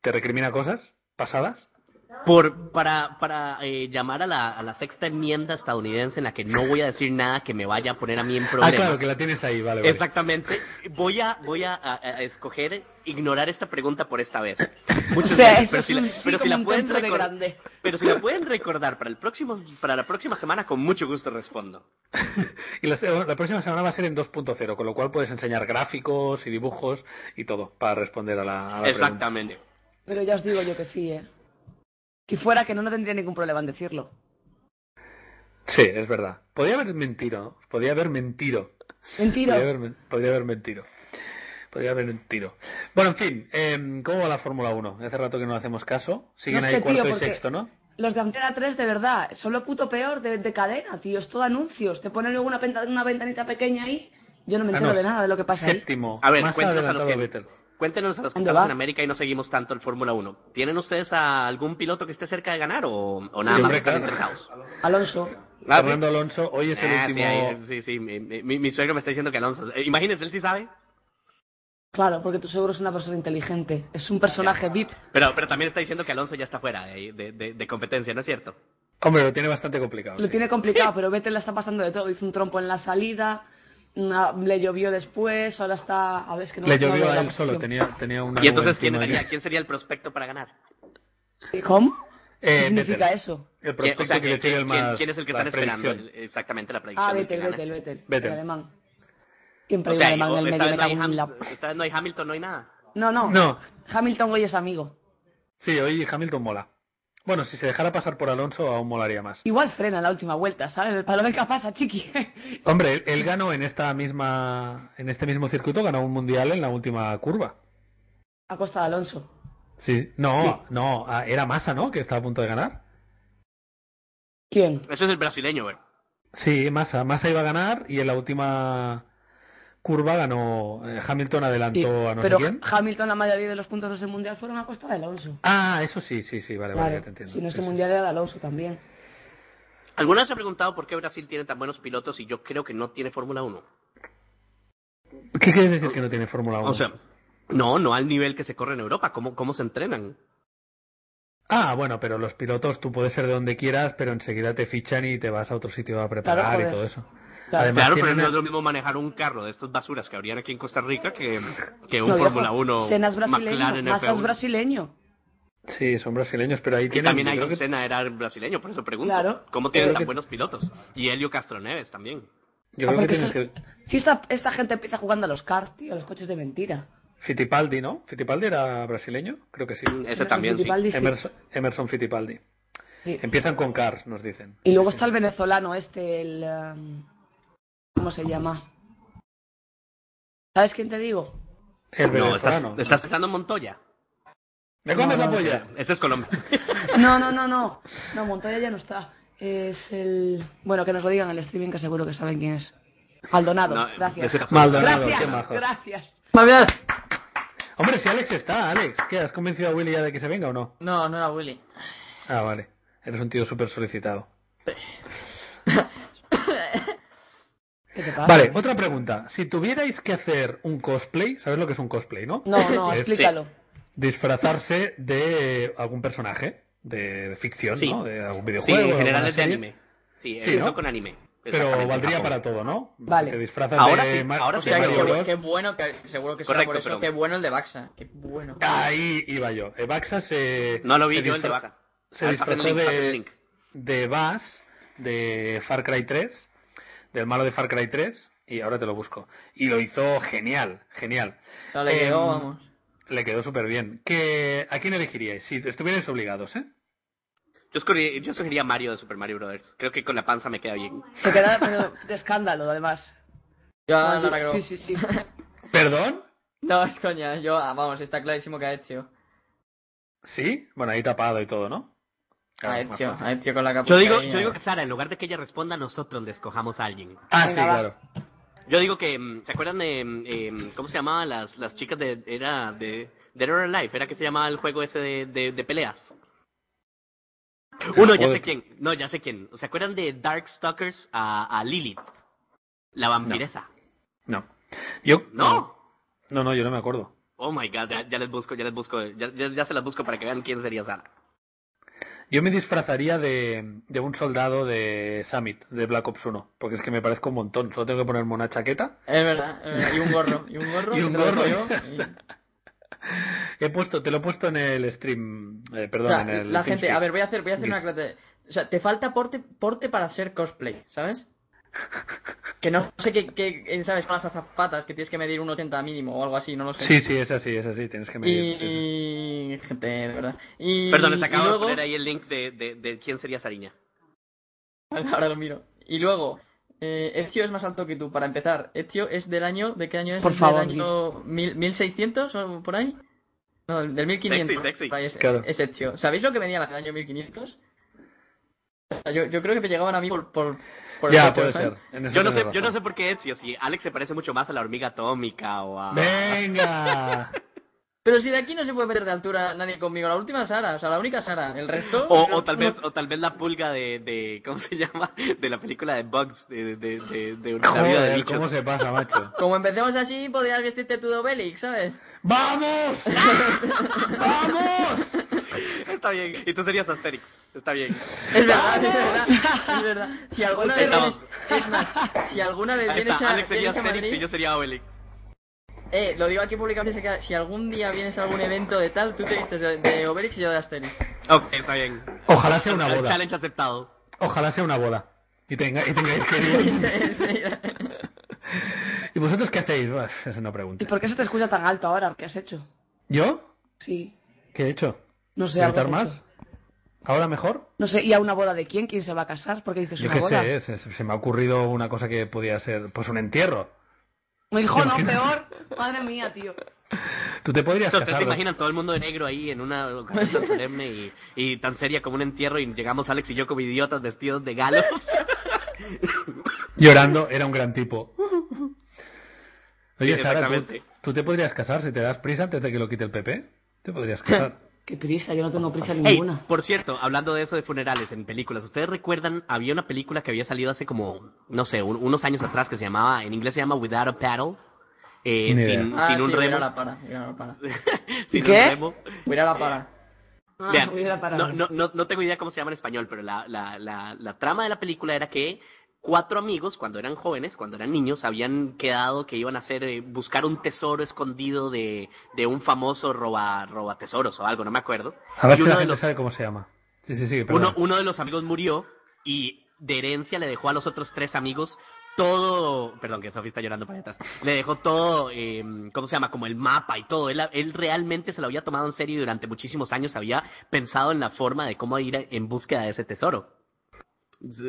te recrimina cosas pasadas? Ah,
Por, para para eh, llamar a la, a la sexta enmienda estadounidense en la que no voy a decir nada que me vaya a poner a mí en problemas.
Ah, claro, que la tienes ahí, vale. vale.
Exactamente. Voy a voy a, a- a escoger ignorar esta pregunta por esta vez. Muchas
O sea,
gracias,
eso es un sí como un templo de
recor-
grande.
pero si la pueden recordar para el próximo para la próxima semana con mucho gusto respondo.
Y la, se- la próxima semana va a ser en 2.0, con lo cual puedes enseñar gráficos y dibujos y todo para responder a la. a la pregunta.
Exactamente.
Pero ya os digo yo que sí, ¿eh? Si fuera que no, no tendría ningún problema en decirlo.
Sí, es verdad. Podría haber mentido, ¿no? Podría haber mentido. Podría
Mentira.
haber, men- podría haber mentido. Podría haber mentido. Bueno, en fin, em, ¿cómo va la Fórmula 1? Hace rato que no hacemos caso. Siguen
No sé,
ahí cuarto
tío,
y
porque-
sexto, ¿no?
Los de Antena 3, de verdad, son lo puto peor de, de cadena, tío. Es todo anuncios. Te ponen luego una, penta- una ventanita pequeña ahí. Yo no me
Ah,
entero
no,
de nada de lo que pasa ahí.
Séptimo.
A ver,
más
cuéntanos a los
adelantado
que
Vettel.
Cuéntenos a los que
¿Dónde
estamos
va?
en América y no seguimos tanto el Fórmula 1. ¿Tienen ustedes a algún piloto que esté cerca de ganar o, o nada
Sí,
más
hombre,
están
claro.
interesados?
Alonso.
Ah, sí.
Fernando Alonso, hoy es el
Ah, sí,
último.
ahí- Sí, sí, mi, mi- mi suegro me está diciendo que Alonso. eh, imagínense, él sí sabe.
Claro, porque tu seguro es una persona inteligente. Es un personaje VIP.
Pero, pero también está diciendo que Alonso ya está fuera de, de- de- de competencia, ¿no es cierto?
Hombre, lo tiene bastante complicado.
Lo
sí.
tiene complicado, pero Vettel la está pasando de todo. Hizo un trompo en la salida, una- le llovió después, ahora está... A ver, es que no
Le
no veo
llovió a
la
él solo,
posición.
tenía, tenía una. Eh,
y entonces,
nube
¿quién
encima de-
sería, ¿quién sería el prospecto para ganar?
¿Cómo?
Eh,
¿Qué significa
Vettel.
eso?
El
¿Quién-
prospecto
o sea,
que le
¿quién-
tiene el
quién-
más.
¿Quién es el que
la
están esperando?
predicción.
Exactamente la predicción.
Ah,
del que
Vettel,
gana.
Vettel, Vettel.
eh. Vettel.
El alemán.
O
Siempre hay
sea,
un alemán en
y-
el
esta
medio, me
vez no hay
cago en la...
Ham- esta vez no hay Hamilton, no hay nada.
No, no,
No,
Hamilton hoy es amigo.
sí, hoy Hamilton mola. Bueno, si se dejara pasar por Alonso, aún molaría más.
Igual frena la última vuelta, ¿sabes? Para lo que pasa, chiqui.
Hombre, él, él ganó en esta misma, en este mismo circuito, ganó un mundial en la última curva.
A costa de Alonso.
Sí, no, no, ah, era Massa, ¿no? Que estaba a punto de ganar.
¿Quién?
Eso es el brasileño, güey.
Sí, Massa, Massa iba a ganar y en la última curva ganó eh, Hamilton adelantó
Sí,
a no
pero
sé quién.
Hamilton, la mayoría de los puntos de ese mundial fueron a costa de Alonso.
Ah, eso sí, sí, sí, vale, vale, ya te entiendo.
si no
Sí,
ese
sí.
mundial era de Alonso también.
¿Alguna vez se ha preguntado por qué Brasil tiene tan buenos pilotos y yo creo que no tiene Fórmula 1?
¿Qué quieres decir que no tiene Fórmula 1?
O sea, no, no al nivel que se corre en Europa. ¿Cómo, cómo se entrenan?
ah, bueno, pero los pilotos tú puedes ser de donde quieras, pero enseguida te fichan y te vas a otro sitio a preparar y
joder.
todo eso.
Claro.
Además,
Claro, pero
tienen
no es
el-
lo mismo manejar un carro de estas basuras que habrían aquí en Costa Rica que, que un
No, viejo,
Fórmula 1
Senna es brasileño,
McLaren
Massa es
F1.
brasileño.
Sí, son brasileños, pero ahí
Y
tienen...
también
yo
Ayrton
creo que-
Senna era brasileño, por eso pregunto.
Claro.
¿Cómo
Yo
tienen
creo
tan
que-
buenos pilotos? Y Helio Castroneves también.
Yo creo
Ah,
que
porque
tienes
eso-
que...
Si esta, esta gente empieza jugando a los karts, tío, a los coches de mentira.
Fittipaldi, ¿no? ¿Fittipaldi era brasileño? Creo que sí.
Mm,
Ese también, sí.
Fittipaldi, sí.
Emerson, Em- Emerson Fittipaldi.
Sí.
Empiezan con Cars, nos dicen.
Y luego está el venezolano este, el... um, ¿Cómo se llama? ¿Sabes quién te digo?
El
No, estás,
venezolano.
estás pensando en Montoya.
¿Me comes
No,
la
no,
polla?
Ese es Colombia.
No, no, no, no. No, Montoya ya no está. Es el... Bueno, que nos lo digan en el streaming, que seguro que saben quién es. Maldonado,
No,
gracias.
ese era-
Maldonado, qué
Gracias,
majo.
gracias.
Hombre, si Alex está, Alex. ¿Qué? ¿Has convencido a Willy ya de que se venga o no?
No, no era Willy.
Ah, vale. Eres un tío súper solicitado.
¿Qué te pasa?
Vale, otra pregunta. Si tuvierais que hacer un cosplay, ¿sabes lo que es un cosplay, no?
No,
Eh,
no,
Es
explícalo.
disfrazarse de algún personaje de ficción,
Sí.
¿no? De algún
Sí,
videojuego.
en
de
general
alguna
es de
serie.
anime. Sí,
Sí,
eso
¿no?
con anime.
Pero
Exactamente,
valdría
Japón.
para todo, ¿no?
Vale.
Te disfrazas
Ahora
de
sí,
Mar-
ahora
de
sí,
Hostia,
Mario
qué, bu-
Bros.
qué bueno, que seguro que será
Correcto,
por eso.
pero-
Qué bueno el de Baxa. Qué bueno.
Ahí iba yo. Evaxa se.
No lo vi
se
yo, el de
disfra-
Baja.
Se
A ver, pasen
disfrazó
el link, pasen el
de,
link.
de Bass, de Far Cry 3, del malo de Far Cry 3, y ahora te lo busco. Y lo hizo genial, genial.
No, le
Em,
quedó, vamos.
Le quedó súper bien. ¿Qué, ¿A quién elegiríais? Si estuvierais obligados, ¿eh?
Yo, escogería- yo sugeriría Mario de Super Mario Brothers. Creo que con la panza me queda bien.
Te queda pero de escándalo, además.
Yo a Lara Croft.
sí, sí, sí.
¿Perdón?
No, es coña. Yo, ah, vamos, está clarísimo que a Ezio.
¿Sí? Bueno, ahí tapado y todo, ¿no?
A
Claro, más
Ezio,
fácil.
a Ezio con la capa.
Yo digo, yo digo que Sara, en lugar de que ella responda, nosotros le escojamos a alguien.
Ah, sí,
Venga, va.
claro.
Yo digo que, mm, ¿se acuerdan de, mm, em, cómo se llamaban las, las chicas de, era de Dead or Alive? Era que se llamaba el juego ese de, de, de peleas. Uno, ya sé
Joder.
quién. No, ya sé quién. ¿Se acuerdan de Darkstalkers a, a Lilith? La vampiresa.
No. Yo,
No.
No, no, yo no me acuerdo.
Oh my god, ya, ya les busco, ya les busco, ya, ya, ya se las busco para que vean quién sería Sara.
Yo me disfrazaría de, de un soldado de Summit, de Black Ops 1, porque es que me parezco un montón. Solo tengo que ponerme una chaqueta.
Es verdad, es verdad. Y un gorro. Y un gorro.
Y un
que te lo
gorro,
digo
ya
yo, y-
está. He puesto, te lo he puesto en el stream, eh, perdón,
O sea,
en el
la gente,
TeamSpeak.
a ver, voy a hacer, voy a hacer una
Dis-
clase. de- O sea, te falta porte, porte para ser cosplay, ¿sabes? Que no sé qué, qué- eh, ¿sabes? Con las azafatas que tienes que medir un 80 mínimo o algo así, no lo sé.
Sí, sí, es así, es así, tienes que medir. sí, sí.
Y... Gente, de verdad. Y...
Perdón, les
y
acabo de
luego-
poner ahí el link de, de, de quién sería Sariña.
Ahora lo miro. Y luego, eh, Ezio es más alto que tú, para empezar. Ezio es del año... ¿De qué año es?
Por
¿Es
favor,
¿Del año mil- 1600 o por ahí? No, del 1500.
Sexy, sexy.
por ahí es,
Claro.
es Ezio. ¿Sabéis lo que venía del año 1500? O sea, Yo, yo creo que me llegaban a mí por... por, por el
Ya,
coche,
puede
¿sabes?
ser. en eso
Yo no, sé,
tienes
yo no sé
razón.
por qué Ezio, si Alex se parece mucho más a la hormiga atómica o a...
¡Venga!
Pero si de aquí no se puede meter de altura nadie conmigo. La última Sara, o sea, la única Sara. El resto...
O, o tal vez o tal vez la pulga de, de ¿cómo se llama? De la película de Bugs, de, de, de, de la vida de
Joder,
bichos.
¿cómo se pasa, macho?
Como empecemos así, podrías vestirte tú de Obelix, ¿sabes?
¡Vamos! ¡Vamos!
Está bien, y tú serías Asterix, está bien.
Es verdad, es verdad, es verdad. Si alguna vez vienes,
Estamos.
es más, si alguna vez
Ahí
vienes
está,
a,
Alex sería
vienes a
Asterix y
Madrid,
yo sería Obelix.
eh, lo digo aquí públicamente, se queda- si algún día vienes a algún evento de tal, tú te vistes de, de Obelix y yo de Asterix.
Ok, está bien.
Ojalá sea una boda.
Challenge aceptado.
Ojalá sea una boda. Y, tenga, y tengáis que ir. ¿Y vosotros qué hacéis? Buah, Es una
¿Y
pregunta.
por qué se te escucha tan alto ahora? ¿Qué has hecho?
¿Yo?
Sí.
¿Qué he hecho?
No sé, algo
¿Gritar
has
más?
hecho.
¿Ahora mejor?
No sé, ¿y a una boda de quién? ¿Quién se va a casar? ¿Por qué dices
Yo
una
qué
boda?
sé, se, se me ha ocurrido una cosa que podía ser, pues un entierro.
Un hijo no,
Imagínate.
peor. Madre mía, tío.
Tú te podrías
Entonces, ¿ustedes
casar.
se
¿no?
imaginan todo el mundo de negro ahí en una ocasión tan solemne y, y tan seria como un entierro y llegamos Alex y yo como idiotas vestidos de galos?
Llorando, era un gran tipo. Oye,
Sí,
Sara, ¿tú,
exactamente.
tú te podrías casar si te das prisa antes de que lo quite el PP? Te podrías casar.
Qué prisa, yo no tengo prisa
Ey,
ninguna.
por cierto, hablando de eso de funerales en películas, ¿ustedes recuerdan? Había una película que había salido hace como, no sé, un- unos años atrás que se llamaba, en inglés se llama Without a Paddle. eh,
Ni idea.
sin,
Ah,
sin un
sí, voy a ir a
remo.
la para, voy a ir a la para.
sin
¿Qué?
un remo.
Voy a ir a la para.
Ah,
Vean,
voy a ir a parar.
no, no, no, no tengo idea cómo se llama en español, pero la, la, la, la trama de la película era que cuatro amigos, cuando eran jóvenes, cuando eran niños, habían quedado que iban a hacer, eh, buscar un tesoro escondido de, de un famoso roba, roba tesoros o algo, no me acuerdo.
A ver
Y
si
uno
la
de
gente
los-
sabe cómo se llama. Sí, sí, sí, perdón.
uno, uno de los amigos murió y de herencia le dejó a los otros tres amigos todo, perdón que Sofía está llorando para atrás, le dejó todo, eh, ¿cómo se llama? Como el mapa y todo. Él, él realmente se lo había tomado en serio y durante muchísimos años había pensado en la forma de cómo ir en búsqueda de ese tesoro.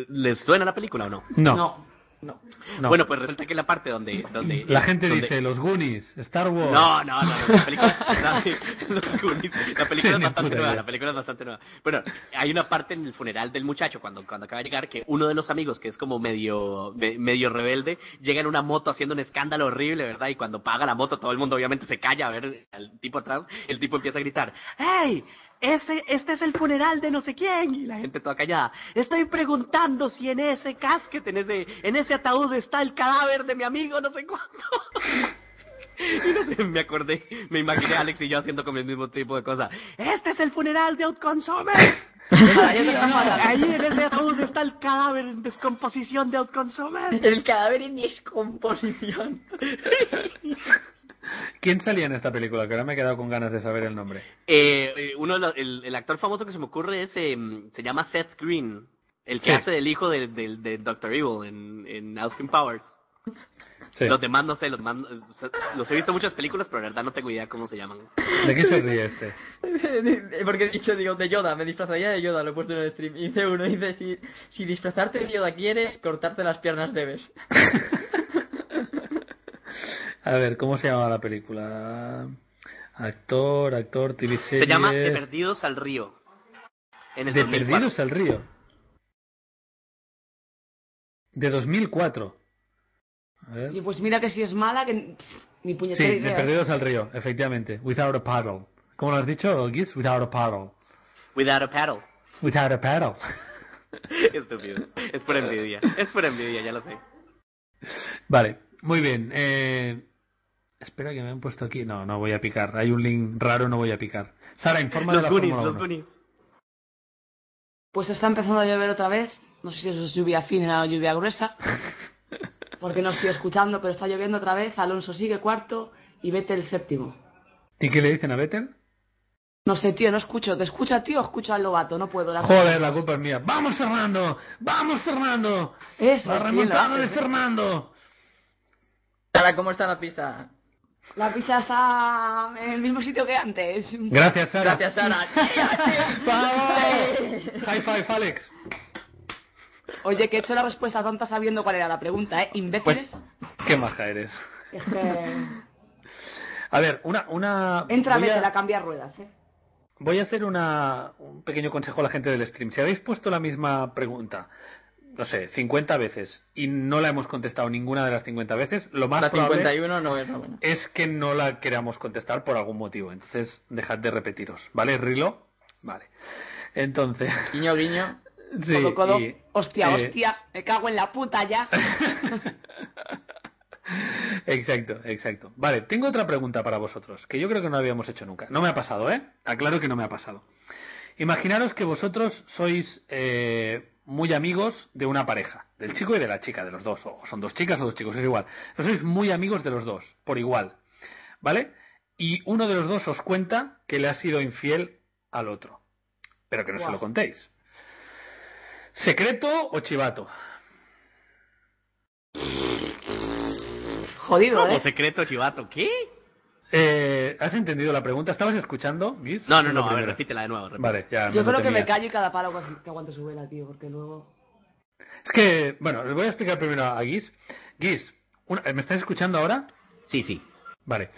¿Les suena la película o no?
No,
No.
No.
no.
Bueno, pues resulta que la parte donde... donde
la gente
donde-
dice, los Goonies, Star Wars.
no, no, no, no, la película, no, los Goonies, la película es
Ni
bastante
puta
nueva,
idea.
la película es bastante nueva. Bueno, hay una parte en el funeral del muchacho cuando, cuando acaba de llegar que uno de los amigos que es como medio me- medio rebelde llega en una moto haciendo un escándalo horrible, ¿verdad? Y cuando paga la moto todo el mundo obviamente se calla a ver al tipo atrás, el tipo empieza a gritar, ¡Hey! Ese, este es el funeral de no sé quién y la gente toda callada. Estoy preguntando si en ese casket, en ese, en ese ataúd está el cadáver de mi amigo, no sé cuándo. Y no sé, me acordé, me imaginé a Alex y yo haciendo como el mismo tipo de cosa. Este es el funeral de Outconsumer.
Ahí está fatal.
Ahí en ese ataúd está el cadáver en descomposición de Outconsumer.
El cadáver en descomposición.
¿Quién salía en esta película? Que ahora me he quedado con ganas de saber el nombre.
Eh, eh, uno de los- el, el actor famoso que se me ocurre es, eh, se llama Seth Green, el que
Sí.
hace del hijo del del de Dr. Evil en, en Austin Powers.
Sí.
Los demás no sé, los demás no- los he visto en muchas películas, pero la verdad no tengo idea cómo se llaman.
¿De qué se ríe este?
Porque he dicho, digo, de Yoda, me disfrazaría de Yoda, lo he puesto en el stream. Y dice uno, dice, si, si disfrazarte de Yoda quieres, cortarte las piernas debes.
A ver, ¿cómo se llama la película? Actor, actor, TV
Se llama De
series.
Perdidos al Río. En el
De
2004.
Perdidos al Río. De 2004. A ver.
Y pues mira que si es mala, que pff, ni
Sí,
puñetera
de
idea.
Perdidos al Río, efectivamente. Without a paddle. ¿Cómo lo has dicho, Giz? Without a paddle.
Without a Paddle.
Without a paddle.
Estúpido. Es por envidia. Es por envidia, ya lo sé.
Vale, muy bien. Eh, espera que me han puesto aquí. No, no voy a picar. Hay un link raro, no voy a picar. Sara, informa de
Los
la
Goonies,
Fórmula
los
1.
Goonies.
Pues está empezando a llover otra vez. No sé si eso es lluvia fina o lluvia gruesa. Porque no estoy escuchando, pero está lloviendo otra vez. Alonso sigue cuarto y vete el séptimo.
¿Y qué le dicen a Vettel?
No sé, tío, no escucho. ¿Te escucho a ti o escucho al lobato? No puedo. la-
Joder, la culpa es mía. ¡Vamos, Fernando! ¡Vamos, Fernando!
Eso,
¡La
sí,
remontada
lo
de
haces, ¿eh?
Fernando!
Ahora, ¿cómo está la pista?
La pizza está en el mismo sitio que antes.
Gracias, Sara.
Gracias, Sara.
¡Vamos! High five, Alex.
Oye, que he hecho la respuesta tonta sabiendo cuál era la pregunta, ¿eh? Imbéciles.
Pues- Qué maja eres.
Es que...
A ver, una... una
Entra,
voy a-
vete, la cambiar ruedas, ¿eh?
Voy a hacer una- un pequeño consejo a la gente del stream. Si habéis puesto la misma pregunta, no sé, 50 veces y no la hemos contestado ninguna de las 50 veces, lo más
La
probable
51 no es la buena.
es que no la queramos contestar por algún motivo. Entonces, dejad de repetiros. ¿Vale, Rilo? Vale. Entonces,
Guiño, guiño.
sí,
codo, codo.
y,
Hostia,
eh,
hostia. Me cago en la puta ya.
Exacto, exacto. Vale, tengo otra pregunta para vosotros, que yo creo que no habíamos hecho nunca. No me ha pasado, ¿eh? Aclaro que no me ha pasado. Imaginaros que vosotros sois eh, muy amigos de una pareja, del chico y de la chica, de los dos, o son dos chicas o dos chicos, es igual. Pero sois muy amigos de los dos, por igual, ¿vale? Y uno de los dos os cuenta que le ha sido infiel al otro, pero que no se
Guau.
lo contéis. ¿Secreto o chivato?
Jodido,
Como
¿eh?
secreto chivato, ¿qué?
Eh, ¿Has entendido la pregunta? ¿Estabas escuchando, Giz?
No, no,
Es lo
no, a ver,
primero.
repítela de nuevo. repítela.
Vale, ya.
Yo
me lo
creo que me
temía.
callo y cada palo pues, que- que aguante su vela, tío, porque luego...
Es que, bueno, les voy a explicar primero a Giz. Giz, una- ¿me estás escuchando ahora?
Sí, sí.
Vale.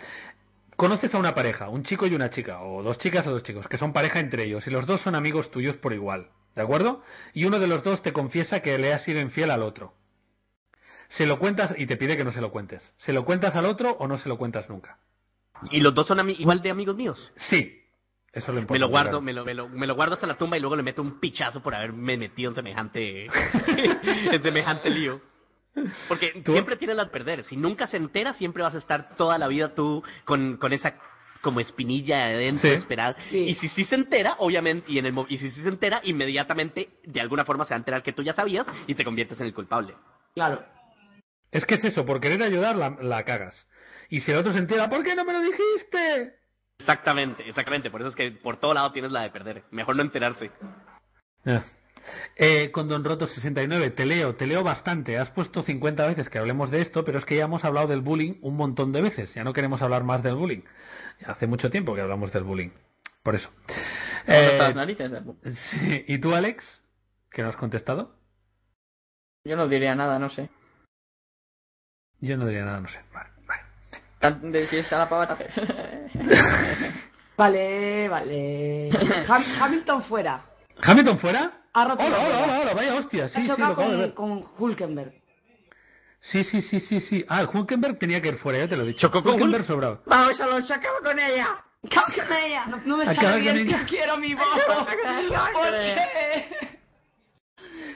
Conoces a una pareja, un chico y una chica, o dos chicas o dos chicos, que son pareja entre ellos, y los dos son amigos tuyos por igual, ¿de acuerdo? Y uno de los dos te confiesa que le has sido infiel al otro. Se lo cuentas y te pide que no se lo cuentes. ¿Se lo cuentas al otro o no se lo cuentas nunca?
¿Y los dos son ami- igual de amigos míos?
Sí. Eso es lo importante.
me lo guardo,
claro.
me lo, me, lo, me lo guardo hasta la tumba y luego le meto un pichazo por haberme metido en semejante, en semejante lío. Porque
¿Tú?
siempre tienes las perder. Si nunca se entera, siempre vas a estar toda la vida tú con, con esa como espinilla de dentro
Sí.
esperar.
Sí.
Y si sí se entera, obviamente, y, en el, mo- y si sí se entera, inmediatamente de alguna forma se va a enterar que tú ya sabías y te conviertes en el culpable.
Claro.
Es que es eso, por querer ayudar la, la cagas. Y si el otro se entera, ¿por qué no me lo dijiste?
Exactamente, exactamente. Por eso es que por todo lado tienes la de perder. Mejor no enterarse.
Ah. Eh, con Don Roto 69, te leo, te leo bastante. Has puesto 50 veces que hablemos de esto, pero es que ya hemos hablado del bullying un montón de veces. Ya no queremos hablar más del bullying. Ya hace mucho tiempo que hablamos del bullying. Por eso. Eh,
Hasta las narices. de-
sí. ¿Y tú, Alex? ¿Que no has contestado?
Yo no diría nada, no sé.
Yo no diría nada, no sé. Vale, vale.
Tan- De si es a la pavata.
Vale, vale. Ham- Hamilton fuera.
¿Hamilton fuera?
Ha
¡Hola,
roto la
hola,
rueda.
hola, hola! Vaya hostia.
Se
Sí,
ha
sí, lo
chocado
acabo de
con,
ver.
con Hulkenberg.
Sí, sí, sí, sí, sí. Ah, el Hulkenberg tenía que ir fuera, ya te lo he dicho.
Chocó con
Hulkenberg
Hulk.
sobrado.
¡Vamos, Alonso, acabo con ella!
¡Cago en ella! No, no me
Acaba
sale
con
bien,
ella.
tío, quiero mi voz.
Acaba con ella.
¿Por qué?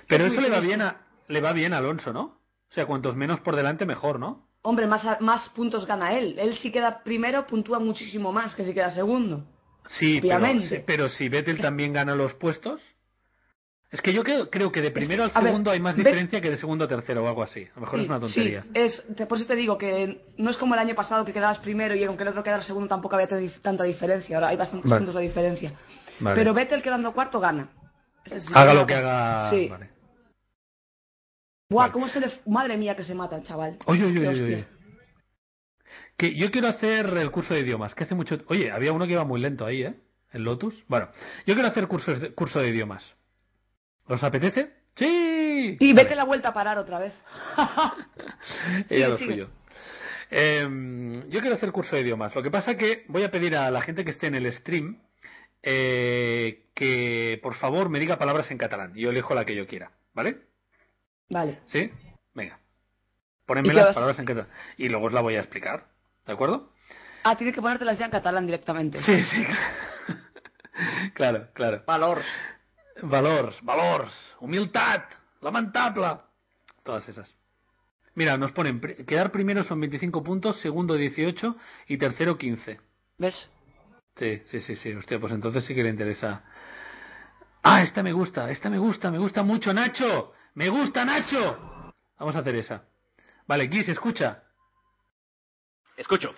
Pero eso le va bien a, le va bien a Alonso, ¿no? O sea, cuantos menos por delante, mejor, ¿no?
Hombre, más, a- más puntos gana él. Él si queda primero, puntúa muchísimo más que si queda segundo.
Sí, pero,
Obviamente.
sí, pero si Vettel también gana los puestos. Es que yo creo, creo que de primero al
a ver,
segundo hay más
Ve-
diferencia que de segundo a tercero o algo así. A lo mejor es
Sí,
una tontería.
Sí, es, te- por eso te digo que no es como el año pasado que quedabas primero y aunque el otro quedara segundo tampoco había tan- tanta diferencia. Ahora hay bastantes
Vale.
puntos de diferencia.
Vale.
Pero Vettel quedando cuarto gana. Ese es el
haga lo
sistema.
que haga.
Sí.
Vale.
Buah,
Vale.
¿cómo se le.? Madre mía, que se mata el chaval.
Oye, oye,
Qué
oye,
hostia.
oye. Que yo quiero hacer el curso de idiomas, que hace mucho... Oye, había uno que iba muy lento ahí, ¿eh? El Lotus. Bueno, yo quiero hacer cursos de- curso de idiomas. ¿Os apetece? Sí.
Sí,
Vale.
vete la vuelta a parar otra vez.
Ella
Sigue,
lo
sigue.
suyo. Em, yo quiero hacer curso de idiomas. Lo que pasa que voy a pedir a la gente que esté en el stream eh, que por favor me diga palabras en catalán. Yo elijo la que yo quiera, ¿vale?
Vale.
¿Sí? Venga.
¿Y
Ponenme
qué
las
vas-
palabras en catalán. Y luego os la voy a explicar. ¿De acuerdo?
Ah, tienes que ponértelas ya en catalán directamente.
Sí, sí. claro, claro.
Valor.
Valors, valors, humildad, lamentable. Todas esas. Mira, nos ponen, pri- quedar primero son 25 puntos, segundo 18 y tercero 15.
¿Ves?
Sí, sí, sí, sí. Hostia, pues entonces sí que le interesa. Ah, esta me gusta, esta me gusta, me gusta mucho, Nacho. Me gusta, Nacho. Vamos a hacer esa. Vale, Giz, escucha.
Escucho.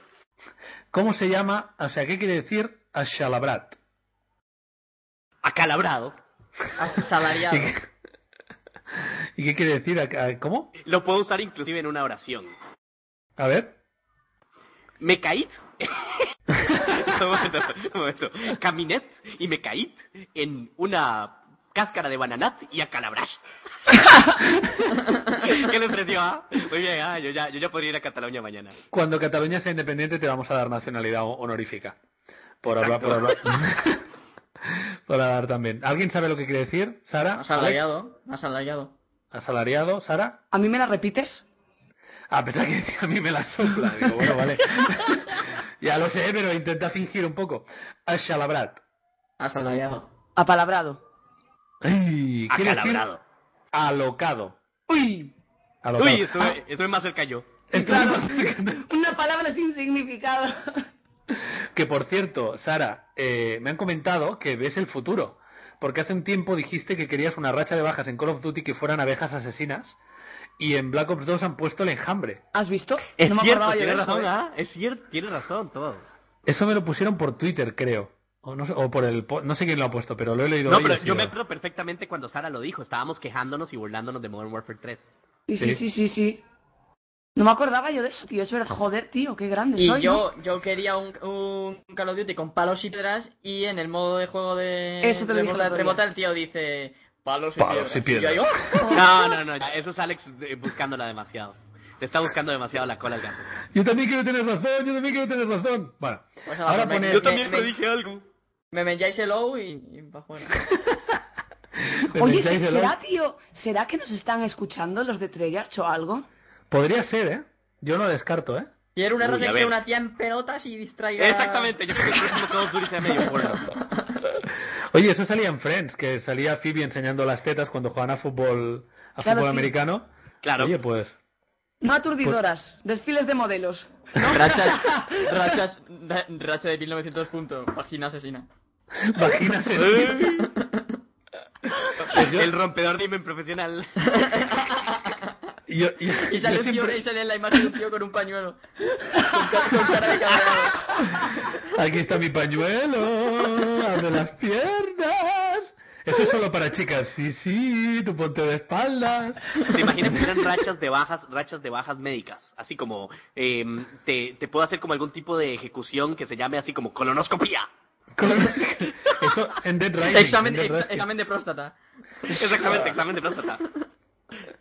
¿Cómo se llama? O sea, ¿qué quiere decir Ashalabrat?
Acalabrado.
Salariado.
¿Y qué, ¿Y qué quiere decir? a- a- ¿Cómo?
Lo puedo usar inclusive en una oración.
A ver.
Me caí. un momento, un momento. Caminé y me caí en una cáscara de bananat y a calabras. ¿Qué les pareció? ah? Muy bien, ah, yo, ya, yo ya podría ir a Cataluña mañana.
Cuando Cataluña sea independiente te vamos a dar nacionalidad ho- honorífica. Por hablar, por hablar.
Exacto.
por hablar también. ¿Alguien sabe lo que quiere decir? ¿Sara?
Asalariado. Asalariado.
Alex, ¿Asalariado? ¿Sara?
¿A mí me la repites?
Ah, pensaba que decía, a mí me la sopla. Digo, bueno, vale. ya lo sé, pero intenta fingir un poco. Ashalabrat.
Asalariado.
Apalabrado.
Ay, quiere decir
Acalabrado.
Alocado.
¡Uy!
Alocado. Ah,
Uy, estuve, estuve más cerca yo.
Esto-
Una palabra sin significado.
Que por cierto, Sara, eh, me han comentado que ves el futuro. Porque hace un tiempo dijiste que querías una racha de bajas en Call of Duty que fueran abejas asesinas. Y en Black Ops 2 han puesto el enjambre.
¿Has visto?
Es
No me
cierto,
acordaba yo de
tienes
eso,
razón,
¿eh?
ah, es cierto, tienes razón todo.
Eso me lo pusieron por Twitter, creo. O, no sé, o por el. po- No sé quién lo ha puesto, pero lo he leído.
No,
hoy y
pero
ha
yo
sido-
me acuerdo perfectamente cuando Sara lo dijo. Estábamos quejándonos y burlándonos de Modern Warfare 3.
Sí, sí,
Sí.
sí, sí, sí. No me acordaba yo de eso, tío. Eso era joder, tío, qué grande
Y
soy. ¿no?
yo, yo quería un, un Call of Duty con palos y piedras y en el modo de juego de
Eso te lo dije el
rebota,
otro día.
rebota el tío dice palos y
Palos y
piedras. yo
piedras.
ahí, ¡oh!
No, no, no, ya, eso es Alex eh, buscándola demasiado. Le está buscando demasiado la cola al gato.
Yo también quiero tener razón, yo también quiero tener razón. Bueno,
Pues nada,
ahora
pues me-
pone.
Yo también
te
te
dije algo.
Me menjáis el O y, y pues, pa' fuera.
me
Oye,
pincháis el
¿será,
ojo.
tío? ¿Será que nos están escuchando los de Treyarch o algo?
Podría ser, ¿eh? Yo no descarto, ¿eh?
Quiero una
Uy,
racha
a
que
ver.
sea una tía en pelotas y distraiga.
Exactamente, yo creo que es como Suri sea medio porno.
Oye, eso salía en Friends, que salía Phoebe enseñando las tetas cuando juegan a fútbol, a
Claro,
fútbol
sí.
americano.
Claro.
Oye, pues.
No aturdidoras, desfiles de modelos.
Rachas, rachas, ra- racha de 1900 puntos. Página asesina.
Vagina asesina. Pues yo-
El rompedor de imen profesional.
Yo, yo-
Y sale,
yo
un tío-
siempre-
y sale en la imagen un tío con un pañuelo. Con, ca- con cara de cabreado.
Aquí está mi pañuelo, abre las piernas. Eso es solo para chicas. Sí, sí, tu ponte de espaldas.
Se imaginan que eran rachas de bajas, rachas de bajas médicas. Así como, eh, te, te puedo hacer como algún tipo de ejecución que se llame así como colonoscopía.
Con- Eso en Dead Rising.
Examen,
en Dead
ex-
Rising.
examen de próstata.
Exactamente, examen de próstata.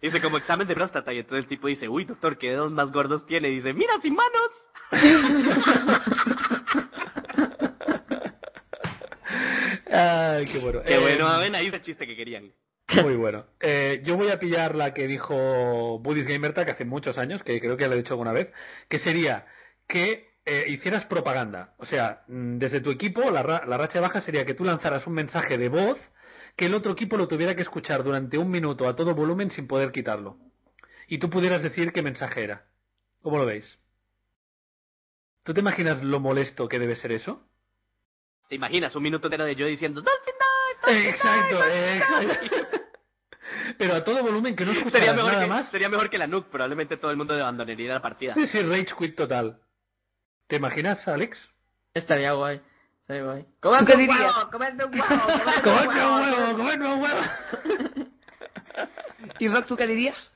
Dice como examen de próstata y entonces el tipo dice, uy doctor, ¿qué dedos más gordos tiene? Y dice, mira, sin manos.
Ay, qué bueno.
Qué
Eh,
bueno, ah, ven, ahí es el chiste que querían.
Muy bueno. Eh, yo voy a pillar la que dijo Budis Gamerta, que hace muchos años, que creo que lo he dicho alguna vez, que sería que eh, hicieras propaganda. O sea, mm, desde tu equipo, la, ra- la racha baja sería que tú lanzaras un mensaje de voz que el otro equipo lo tuviera que escuchar durante un minuto a todo volumen sin poder quitarlo. Y tú pudieras decir qué mensaje era. ¿Cómo lo veis? ¿Tú te imaginas lo molesto que debe ser eso?
¿Te imaginas un minuto entero de yo diciendo, no,
Exacto, exacto. Pero a todo volumen, que no
no"? sería
escucharas
mejor,
nada
que,
más.
sería mejor que la nuke, probablemente todo el mundo abandonaría la partida.
Sí, sí, rage quit total. ¿Te imaginas, Alex?
Estaría guay. Estaría guay.
¿Tú qué dirías?
comete un huevo, comete
¡Comerme un huevo, comerme un huevo!
¿Y Rock, tú qué dirías?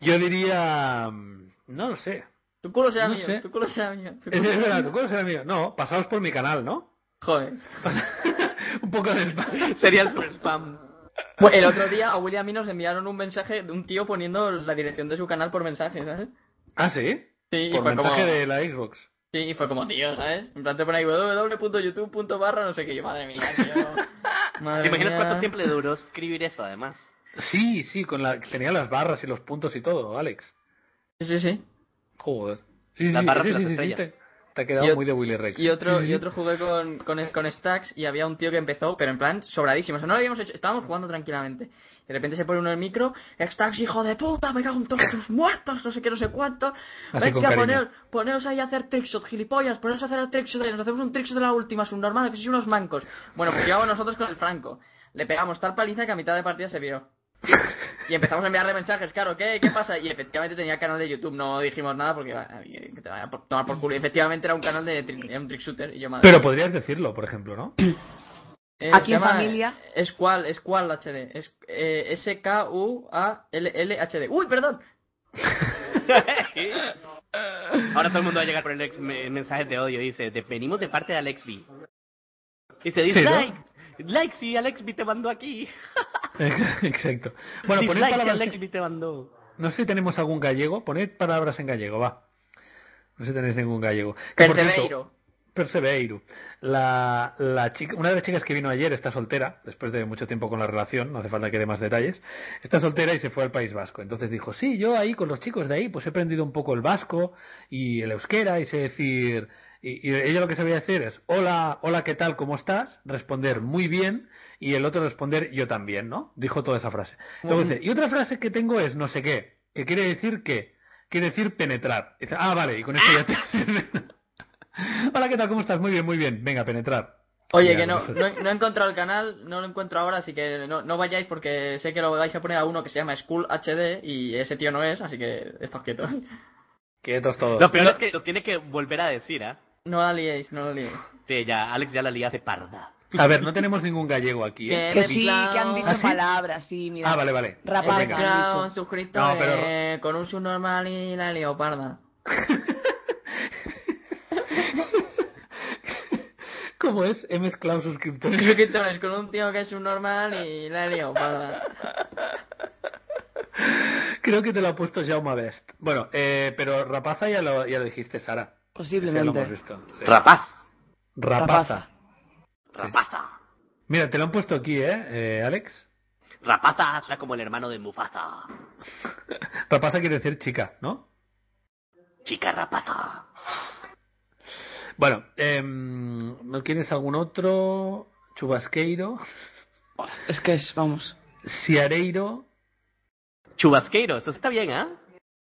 Yo diría. mm, No lo sé.
Tu culo sea
No
mío,
sé.
tu culo sea mío. tu
Es,
culo
es
sea
verdad,
mío.
tu culo será mío. No, pasaos por mi canal, ¿no?
Joder.
Un poco de spam.
Sería el super spam.
Bueno, Pues, el otro día a William y nos enviaron un mensaje de un tío poniendo la dirección de su canal por mensaje, ¿sabes?
Ah, sí.
Sí, y
Por
fue como...
mensaje de la Xbox.
Sí, y fue como, tío, ¿sabes? En plan te pone ahí www.youtube.barra no sé qué. Yo, madre mía, tío. Madre
¿Te imaginas
mía.
cuánto tiempo le duró escribir eso, además?
Sí, sí, con la tenía las barras y los puntos y todo, Alex.
Sí, sí, sí.
Joder. Sí,
Las
sí,
barras
sí,
y las
sí, sí,
estrellas.
te, te ha quedado
Y ot-
muy de Willy Rex.
Y otro,
Sí, sí,
y otro jugué con, con, con Stacks y había un tío que empezó, pero en plan sobradísimo. O sea, no lo habíamos hecho, estábamos jugando tranquilamente. De repente se pone uno en el micro, Stacks, hijo de puta, me cago en todos tus muertos, no sé qué, no sé cuánto.
Así con
Venga,
cariño.
poneos, poneos ahí a hacer trickshot, gilipollas, poneos a hacer el trickshot, nos hacemos un trickshot de la última, subnormal, que sois unos mancos. Bueno, pues llevamos nosotros con el Franco. Le pegamos tal paliza que a mitad de partida se vio. Y empezamos a enviarle mensajes, claro, ¿qué? ¿Qué pasa? Y efectivamente tenía canal de YouTube, no dijimos nada porque va, que te vaya a por- tomar por culo. Y efectivamente era un canal de tri- era un trick shooter. Y yo, madre,
Pero podrías decirlo, por ejemplo, ¿no?
eh,
Aquí
se
en
llama,
familia.
Es cual, es cual HD. Es eh, S-K-U-A-L-L-H-D. ¡Uy, perdón!
Ahora todo el mundo va a llegar por el ex me- mensaje de odio. Dice, "De- venimos de parte de Alex B. Y se dice,
Sí, ¿no?
like, like si Alex B te mandó aquí.
Exacto. Bueno, poned
Dislike si
palabras.
Alex B te mandó.
No sé si tenemos algún gallego. Poned palabras en gallego, va. No sé si tenéis ningún gallego. Que, por cierto,
Percebeiro.
Perseveiro. La, la chica, una de las chicas que vino ayer está soltera, después de mucho tiempo con la relación, no hace falta que dé más detalles. Está soltera y se fue al País Vasco. Entonces dijo, sí, yo ahí con los chicos de ahí, pues he aprendido un poco el vasco y el euskera y sé decir... Y, y ella lo que sabía decir es, hola, hola, ¿qué tal? ¿Cómo estás? Responder muy bien y el otro responder yo también, ¿no? Dijo toda esa frase. Luego dice, y otra frase que tengo es no sé qué, que quiere decir que, quiere decir penetrar. Y dice, ah, vale, y con eso ya te sirve. Hola, ¿qué tal? ¿Cómo estás? Muy bien, muy bien. Venga, penetrar.
Oye,
Ya,
que no,
no sé.
no, he- no he encontrado el canal, no lo encuentro ahora, así que no, no vayáis porque sé que lo vais a poner a uno que se llama School HD y ese tío no es, así que estad quietos.
Quietos todos.
Lo peor es que lo tiene que volver a decir, ¿ah?
No la liéis, no la liéis.
Sí, ya, Alex ya la lía hace parda.
A ver, no tenemos ningún gallego aquí, ¿eh?
Que
Que
de
sí, que han
plan-
dicho
¿Ah, sí?
palabras, sí, mira.
Ah, vale, vale.
He
Rapaz,
Pues venga.
claro.
mezclado
dicho.
un suscriptor
No, pero-
eh, con un subnormal y la leoparda.
¿Cómo es? He mezclado suscriptores.
Suscriptores con un tío que es subnormal y la leoparda.
Creo que te lo ha puesto Jaume Best. Bueno, eh, pero rapaza ya lo, ya lo dijiste, Sara. Ese Ya lo hemos
Posiblemente.
visto. Sí.
Rapaz.
Rapaza.
Rapaza.
Mira, te lo han puesto aquí, ¿eh, eh, Alex?
Rapaza suena como el hermano de Mufasa.
Rapaza quiere decir chica, ¿no?
Chica rapaza.
Bueno, em, ¿no quieres algún otro? Chubasqueiro,
Es que es, vamos.
Siareiro,
Chubasqueiro, eso está bien, ¿ah?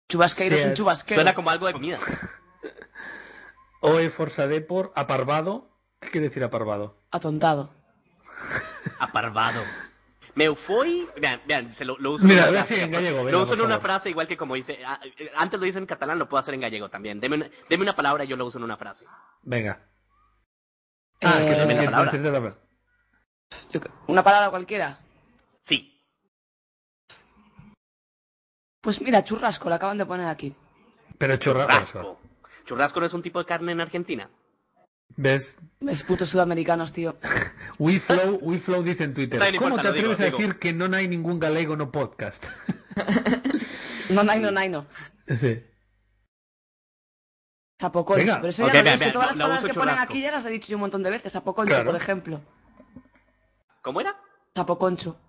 Chubasqueiro
Sí,
es un
eh,
chubasquero.
Suena como algo de comida.
Oe Forza Depor, Aparvado. ¿Qué quiere decir Aparvado?
Atontado.
Aparvado. Me fui. Vean, vean, se lo, lo uso
Mira,
en
a
una
ver si
frase.
en gallego, venga,
lo uso
por
en una
favor.
frase igual que como dice. ah, eh, Antes lo hice en catalán, lo puedo hacer en gallego también. Deme una, deme una palabra y yo lo uso en una frase.
Venga. Ah,
Eh,
que no
dame la
que
palabra.
necesitas la-
Yo que- una palabra cualquiera.
Sí.
Pues mira, churrasco, la acaban de poner aquí.
Pero chorrazo.
Churrasco. Churrasco no es un tipo de carne en Argentina.
¿Ves?
Es putos sudamericanos, tío.
WeFlow, WeFlow dice en Twitter.
Da, Ah. no
¿Cómo
importa,
te
lo digo,
atreves
lo
a
digo.
decir que no hay ningún galego no podcast?
No, no, no, no, no.
sí.
Sapocollo.
Venga.
Pero eso
Ok,
ya lo
vea,
ves, que
vea,
todas
la-
las
la
palabras
uso
que ponen
churrasco.
aquí ya las he dicho yo un montón de veces. Sapocollo,
Claro.
por ejemplo.
¿Cómo era?
Sapoconcho.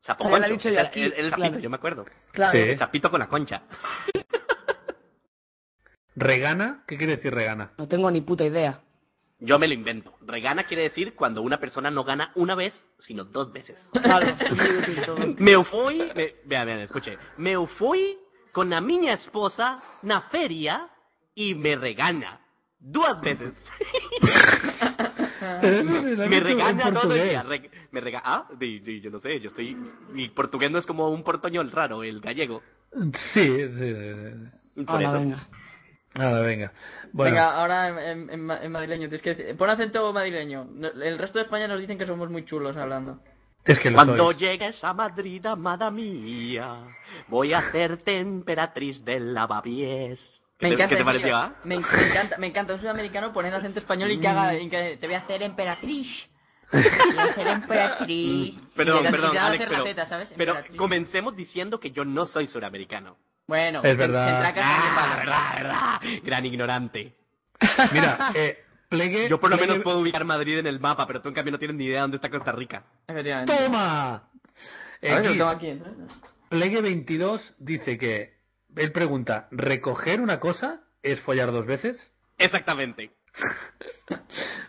Sapo
Ya lo he
concho.
dicho
Ese
yo
era
aquí,
el, el sapito,
claro.
yo me acuerdo.
Claro.
Sí.
El sapito con la concha.
¿Regana? ¿Qué quiere decir regana?
No tengo ni puta idea.
Yo me lo invento. Regana quiere decir cuando una persona no gana una vez, sino dos veces.
Claro. es muy útil todo.
Me fui, me, vean, vean, escuche. Me fui con a miña esposa na feria y me regana. Dos veces.
Pero eso se lo han
me
dicho en
regaña todo el
portugués.
día. reg- me rega Ah, di- di- yo no sé, yo estoy. Mi portugués no es como un portoñol raro, el gallego.
Sí, sí, sí, sí.
Y Por
Hala,
eso.
Ah, venga.
Nada, venga. Bueno,
Venga, ahora en, en- en ma- en madrileño. Tienes que decir, pon acento madrileño. No- El resto de España nos dicen que somos muy chulos hablando.
Es que lo
Cuando
sois.
llegues a Madrid, amada mía, voy a hacerte emperatriz de la Bavies.
Me
¿Qué te,
encanta,
qué te
en
pareció,
serio.
ah?
me, me encanta, me encanta un sudamericano poner acento español y que haga, y que te voy a hacer emperatriz. Te voy a hacer emperatriz. Y
Mm, ah? Perdón,
te- y
perdón,
te va a
Alex,
hacer
pero,
la teta, ¿sabes?
pero
Emperatriz.
comencemos diciendo que yo no soy suramericano.
Bueno,
Es
te-
verdad.
tendrá que hacer de
Ah,
palo.
verdad, verdad. Gran ignorante.
Mira, eh, plegue.
Yo por lo
plegue-
menos puedo ubicar Madrid en el mapa, pero tú en cambio no tienes ni idea dónde está Costa Rica.
Efectivamente.
¡Toma!
A ver, lo
X,
tengo aquí, ¿eh?
plegue 22 dice que. Él pregunta: ¿recoger una cosa es follar dos veces?
Exactamente.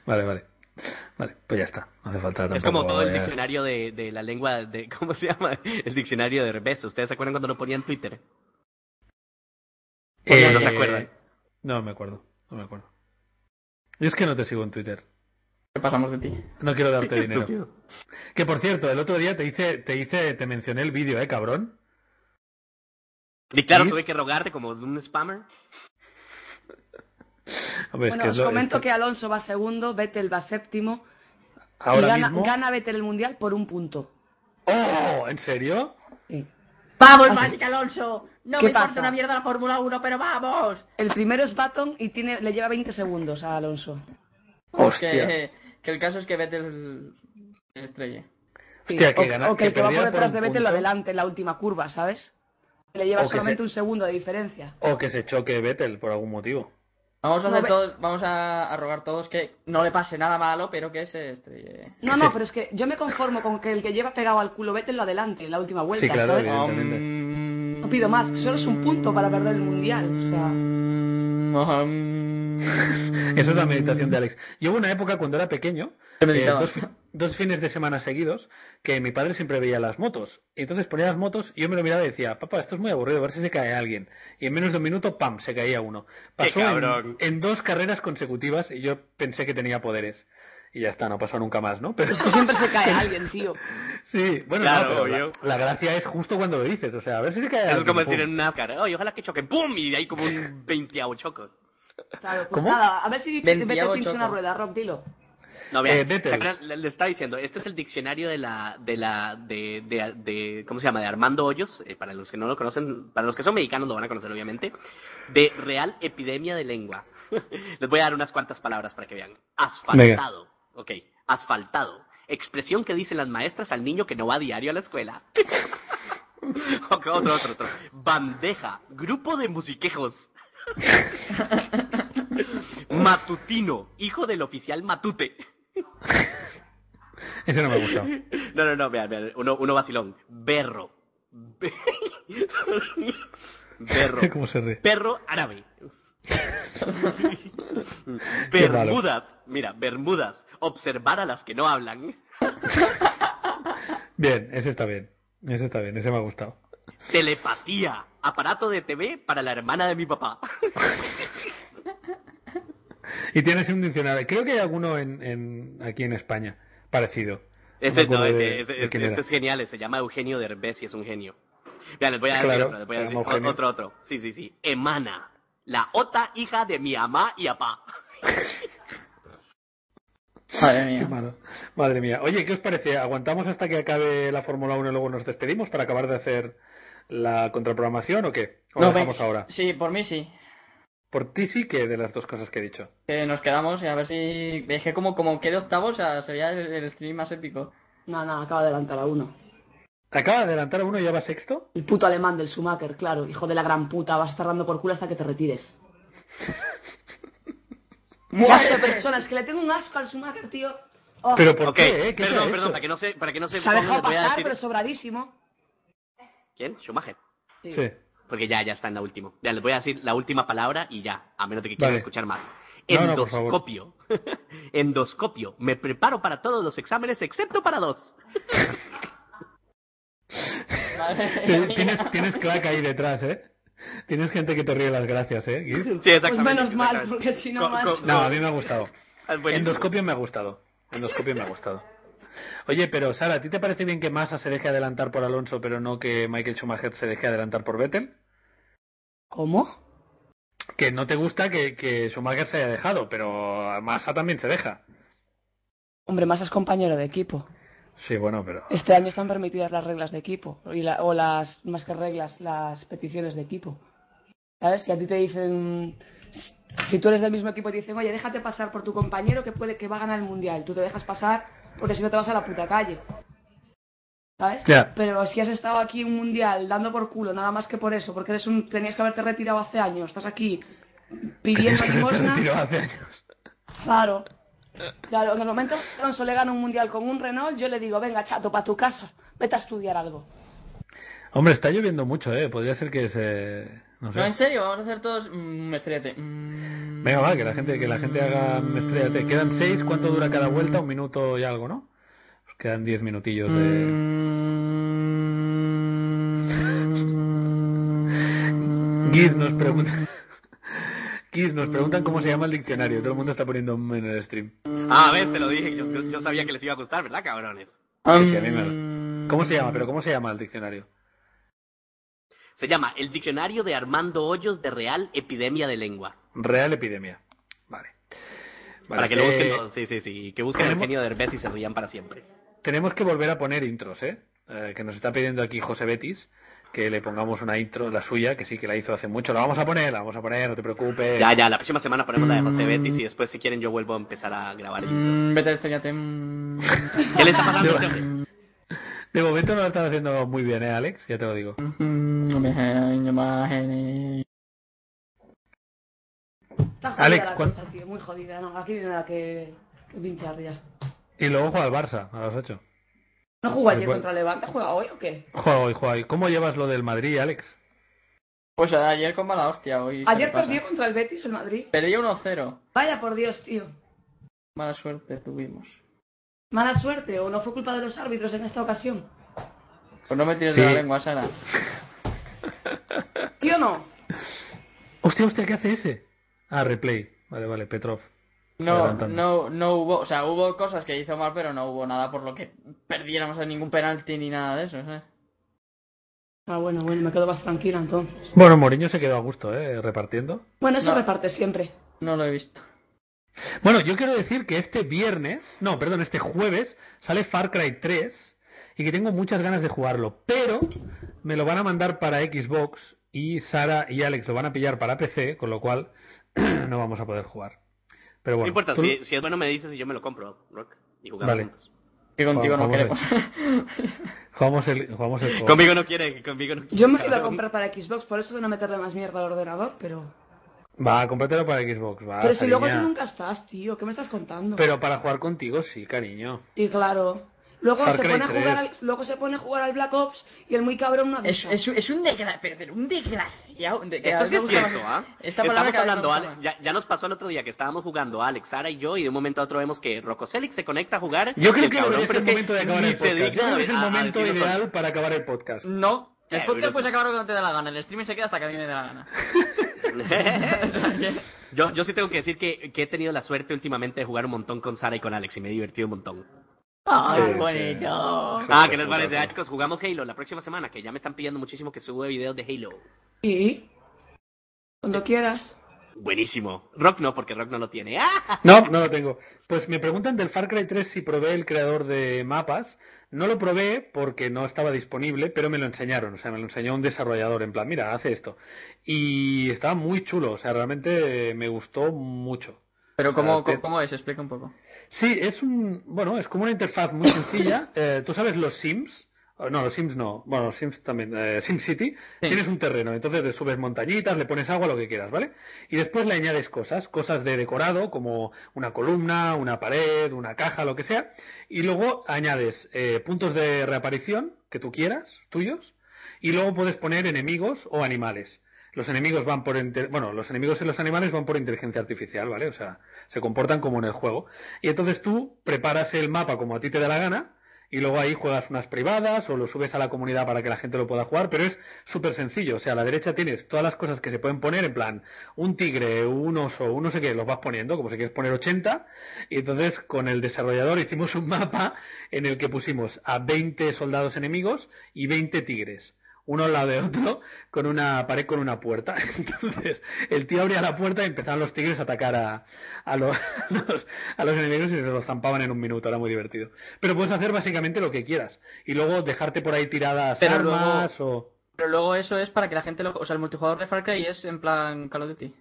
Vale, vale. Vale, pues ya está. No hace falta
Es
tampoco eh,
como todo el
ya-
diccionario de, de la lengua, de, ¿cómo se llama? El diccionario de revés. ¿Ustedes se acuerdan cuando lo ponía en Twitter?
Eh,
Pues no se acuerdan.
No me acuerdo, no me acuerdo. Yo es que no te sigo en Twitter.
¿Qué pasamos de ti?
No quiero darte
Qué
dinero.
estúpido.
Que por cierto, el otro día te hice, te hice, te mencioné el vídeo, eh, cabrón.
Y claro,
¿Sí?
tuve que rogarte como un spammer.
Hombre, es Pues
bueno,
que es
os
lo-
comento
es-
que Alonso va segundo, Vettel va séptimo.
ahora
y gana,
mismo.
gana Vettel el mundial por un punto.
¡Oh! ¿En serio?
Sí.
¡Vamos,
Así-
Magic Alonso! ¡No
¿Qué
me importa
pasa?
una mierda la Fórmula 1, pero vamos!
El primero es Baton y tiene, le lleva 20 segundos a Alonso.
Hostia.
Que, que el caso es que Vettel se estrelle.
Sí,
Hostia, que
o,
gana-
o que el
que
que va por
perdiera por
detrás
un
de Vettel lo
punto.
adelante en la última curva, ¿sabes? Le lleva
O que
solamente
se-
un segundo de diferencia.
O que se choque Vettel por algún motivo.
Vamos a
No,
hacer
ve-
todo- vamos a, a rogar todos que no le pase nada malo, pero que se estrelle.
No,
Que
no,
se-
pero es que yo me conformo con que el que lleva pegado al culo Vettel lo adelante en la última vuelta,
Sí, claro,
¿sabes?
evidente. Evidentemente.
Um,
No pido más, solo es un punto para perder el mundial, o sea.
um,
Esa es la meditación
Mm.
de Alex. Yo hubo una época cuando era pequeño,
¿Qué
eh,
meditabas?
dos, fi- dos fines de semana seguidos, que mi padre siempre veía las motos. Y entonces ponía las motos y yo me lo miraba y decía, papá, esto es muy aburrido, a ver si se cae alguien. Y en menos de un minuto, ¡pam!, se caía uno. Pasó en,
cabrón.
en dos carreras consecutivas y yo pensé que tenía poderes. Y ya está, no pasó nunca más, ¿no? Pero
Es que siempre se cae alguien, tío.
sí, bueno,
Claro,
no, pero la,
obvio.
la gracia es justo cuando lo dices, o sea, a ver si se cae
Eso es
alguien.
como
Eh, pum.
decir en un NASCAR, oye, ojalá que choquen, ¡pum! Y hay como un 20 choco.
Claro, pues
¿Cómo?
nada, a ver si
Veintiago
Vettel pincha
choco.
una rueda, Rob, dilo.
No, vean,
Eh, Vettel.
¿se acuerdan? le, le estaba diciendo, este es el diccionario de la, de la, de, de, de- ¿cómo se llama? De Armando Hoyos, eh, para los que no lo conocen, para los que son mexicanos lo van a conocer obviamente, de real epidemia de lengua. Les voy a dar unas cuantas palabras para que vean. Asfaltado, ok, asfaltado. Expresión que dicen las maestras al niño que no va diario a la escuela. Ok, otro, otro, otro. Bandeja, grupo de musiquejos. Matutino, hijo del oficial Matute.
Ese no me gustó.
No, no, no, vean, vean, uno, uno vacilón. Berro. Be- Berro.
¿Cómo se ríe?
Perro árabe.
Qué malo.
Bermudas. Mira, Bermudas. Observar a las que no hablan.
Bien, ese está bien. Ese está bien, ese me ha gustado.
Telepatía. Aparato de TV para la hermana de mi papá.
Y tienes un diccionario. Creo que hay alguno en, en- aquí en España parecido. me
Ese, no,
acuerdo
ese,
de-
ese-
de
ese-
quién
este
era.
es genial, eh, se llama Eugenio Derbez y es un genio. Vean, les voy a decir
Claro,
otro, les voy a
se
decir
llama Eugenio.
otro, otro. Sí, sí, sí. Emana, la otra hija de mi mamá y papá.
Qué
Madre mía.
malo. Madre mía. Oye, ¿qué os parece? ¿Aguantamos hasta que acabe la Fórmula 1 y luego nos despedimos para acabar de hacer la contraprogramación o qué? ¿O lo
No,
dejamos
ve-
ahora?
Sí, por mí sí.
Por ti sí que de las dos cosas que he dicho.
Que nos quedamos y a ver si. Dejé como, como quede octavo, o sea, sería el, el stream más épico.
No, no, acaba de adelantar a uno.
Acaba de adelantar uno y ya va sexto.
El puto alemán del Schumacher, claro, hijo de la gran puta, vas cerrando por culo hasta que te retires. Clase de personas, que le tengo un asco al Schumacher, tío. Oh,
Pero por
ok,
qué, eh? ¿Qué te ha
perdón,
hecho?
perdón, para que no se, para que no se,
se ha dejado
les voy a
pasar,
decir-
pero sobradísimo.
¿Quién? Schumacher.
Sí.
Sí.
Porque ya, ya está en la última. Ya les voy a decir la última palabra y ya, a menos de que quieran
Vale.
escuchar más.
No, no, por favor.
Endoscopio. Endoscopio. Me preparo para todos los exámenes excepto para dos.
Madre
Sí,
mía.
tienes, tienes clac ahí detrás, ¿eh? Tienes gente que te ríe las gracias, ¿eh? Guis?
Sí, exactamente.
Pues menos mal,
exactamente.
porque si no
Co-
más.
co-
No, a mí me ha gustado.
Ah, buenísimo.
Endoscopio me ha gustado. Endoscopio me ha gustado. Oye, pero Sara, ¿a ti te parece bien que Massa se deje adelantar por Alonso, pero no que Michael Schumacher se deje adelantar por Vettel?
¿Cómo?
Que no te gusta que, que Schumacher se haya dejado, pero Massa también se deja.
Hombre, más es compañero de equipo.
Sí, bueno, pero.
Este año están permitidas las reglas de equipo, y la- o las, más que reglas, las peticiones de equipo. ¿Sabes? Si a ti te dicen, si tú eres del mismo equipo y te dicen, oye, déjate pasar por tu compañero que, puede, que va a ganar el mundial, tú te dejas pasar porque si no te vas a la puta calle. ¿Sabes?
Ya.
Pero si has estado aquí en un mundial dando por culo, nada más que por eso, porque eres un, tenías que haberte retirado hace años, estás aquí
Tenías
pidiendo
que haberte
limosna.
retirado hace años.
Claro. Claro, en el momento que Alonso le gana un mundial con un Renault, yo le digo, venga, chato, para tu casa, vete a estudiar algo.
Hombre, está lloviendo mucho, ¿eh? Podría ser que se. No sé.
No, en serio, vamos a hacer todos mm, estrellate. Mm,
Venga, va, que la gente, que la gente haga un estrellate. Quedan seis, ¿cuánto dura cada vuelta? Un minuto y algo, ¿no? Pues quedan diez minutillos
Mm,
de. Giz
Mm.
nos pregunta. Giz nos preguntan cómo se llama el diccionario. Todo el mundo está poniendo un en el stream.
Ah, ves, te lo dije. Yo, yo sabía que les iba a gustar, ¿verdad, cabrones?
Sí, sí, a mí me gusta. ¿Cómo se llama? Pero ¿cómo se llama el diccionario?
Se llama El Diccionario de Armando Hoyos de Real Epidemia de Lengua.
Real epidemia. Vale. Vale,
Para que lo busquen
eh,
todos. Sí, sí, sí. Que busquen el
tenemos-
genio de Herbes y se rían para siempre.
Tenemos que volver a poner intros, ¿eh? Eh, Que nos está pidiendo aquí José Betis que le pongamos una intro, la suya, que sí que la hizo hace mucho. La vamos a poner, la vamos a poner, no te preocupes.
Ya, ya, la próxima semana ponemos la de José Betis y después, si quieren, yo vuelvo a empezar a grabar.
Mm,
intros.
Vete a estrellate. mm.
¿Qué le está pasando,
Sí, va.
José?
De momento no lo están haciendo muy bien, ¿eh, Alex? Ya te lo digo.
Mm.
Está jodida
Alex,
la
¿cuál-
cosa, tío, muy jodida, no, aquí no hay nada que, que pinchar ya.
Y luego juega al Barça, a las 8.
No jugó ayer
Igual.
contra Levante, ¿juega hoy o qué?
Juega hoy, juega hoy. ¿Cómo llevas lo del Madrid, Alex?
Pues ayer con mala hostia, hoy. se
Ayer
le pasa.
perdió contra el Betis el Madrid.
Perdió 1-0.
Vaya por Dios, tío.
Mala suerte tuvimos.
Mala suerte, o no fue culpa de los árbitros en esta ocasión.
Pues no me tires
Sí.
de la lengua, Sara.
¿Sí o no?
Hostia, hostia, ¿qué hace ese? Ah, replay. Vale, vale, Petrov.
No,
Adelantando.
no, no hubo, o sea, hubo cosas que hizo mal, pero no hubo nada por lo que perdiéramos en ningún penalti ni nada de eso, ¿eh? ¿sabes?
Ah, bueno, bueno, me quedo más tranquila entonces.
Bueno, Moriño se quedó a gusto, ¿eh? Repartiendo.
Bueno, eso
No.
reparte siempre.
No lo he visto.
Bueno, yo quiero decir que este viernes, no, perdón, este jueves sale Far Cry 3 y que tengo muchas ganas de jugarlo, pero me lo van a mandar para Xbox y Sara y Alex lo van a pillar para PC, con lo cual no vamos a poder jugar. Pero
No
bueno,
importa,
tú-
si, si es bueno me dices y yo me lo compro, Rock. Y jugamos
Vale.
juntos.
Que contigo no
Vamos a ver.
queremos.
jugamos el, jugamos el juego.
Conmigo no quiere, conmigo no quiere.
Yo me lo iba a comprar para Xbox, por eso de no meterle más mierda al ordenador, pero...
Va, cómpratelo para Xbox, va.
pero si luego tú
Sariña.
nunca estás, tío, ¿qué me estás contando?
Pero para jugar contigo sí, cariño.
Sí, claro. Luego
Far
se,
Cry
pone a
3.
jugar al, luego se pone a jugar al Black Ops y el muy cabrón no
es,
avisa.
es, un- es un desgraciado, pero un desgraciado. de- que a
Eso
veces
sí es
me gusta
cierto,
más-
¿ah?
Esta palabra
Estamos
cada vez
hablando,
me
Ale-
gusta más.
ya, ya nos pasó el otro día que estábamos jugando Alex, Sara y yo, y de un momento a otro vemos que Rocoselix se conecta a jugar.
Yo creo
y
que
cabrón,
ahora es
pero
el momento de
que
acabar
ni
el
se
podcast. Yo
digna
creo que es el
a- a
momento
decirnos
ideal
algo.
para acabar el podcast.
No, el
Eh,
podcast
pero-
puedes acabar cuando te dé la gana, el stream se queda hasta que a mí me dé la gana.
yo, yo sí tengo que decir que, que he tenido la suerte últimamente de jugar un montón con Sara y con Alex, y me he divertido un montón.
¡Ay,
Ah,
Sí, sí.
Ah, bonito!
Ah, ¿qué les parece? Ah, chicos, jugamos Halo la próxima semana, que ya me están pidiendo muchísimo que suba videos de Halo.
Sí. Cuando quieras.
Buenísimo. Rock no, porque Rock no lo tiene. ¡Ah!
No, no lo tengo. Pues me preguntan del Far Cry 3 si probé el creador de mapas. No lo probé porque no estaba disponible, pero me lo enseñaron. O sea, me lo enseñó un desarrollador en plan, mira, hace esto. Y estaba muy chulo. O sea, realmente eh, me gustó mucho.
Pero ¿cómo,
Claro, te-
cómo, cómo es? Explica un poco.
Sí, es un, bueno, es como una interfaz muy sencilla. Eh, Tú sabes los Sims. Eh, No, los Sims no. Bueno, los Sims también. Eh, SimCity. Tienes un terreno, entonces le subes montañitas, le pones agua, lo que quieras, ¿vale? Y después le añades cosas, cosas de decorado, como una columna, una pared, una caja, lo que sea. Y luego añades eh, puntos de reaparición que tú quieras, tuyos. Y luego puedes poner enemigos o animales. Los enemigos van por inte- bueno, los enemigos y los animales van por inteligencia artificial, ¿vale? O sea, se comportan como en el juego. Y entonces tú preparas el mapa como a ti te da la gana y luego ahí juegas unas privadas o lo subes a la comunidad para que la gente lo pueda jugar, pero es súper sencillo. O sea, a la derecha tienes todas las cosas que se pueden poner, en plan, un tigre, un oso, un no sé qué, los vas poniendo, como si quieres poner 80. Y entonces con el desarrollador hicimos un mapa en el que pusimos a 20 soldados enemigos y 20 tigres. uno al lado de otro, con una pared con una puerta. Entonces, el tío abría la puerta y empezaban los tigres a atacar a, a los, a los enemigos y se los zampaban en un minuto. Era muy divertido. Pero puedes hacer básicamente lo que quieras. Y luego dejarte por ahí tiradas
Pero
armas o.
Pero luego eso es para que la gente lo... O sea, el multijugador de Far Cry es en plan Call of Duty.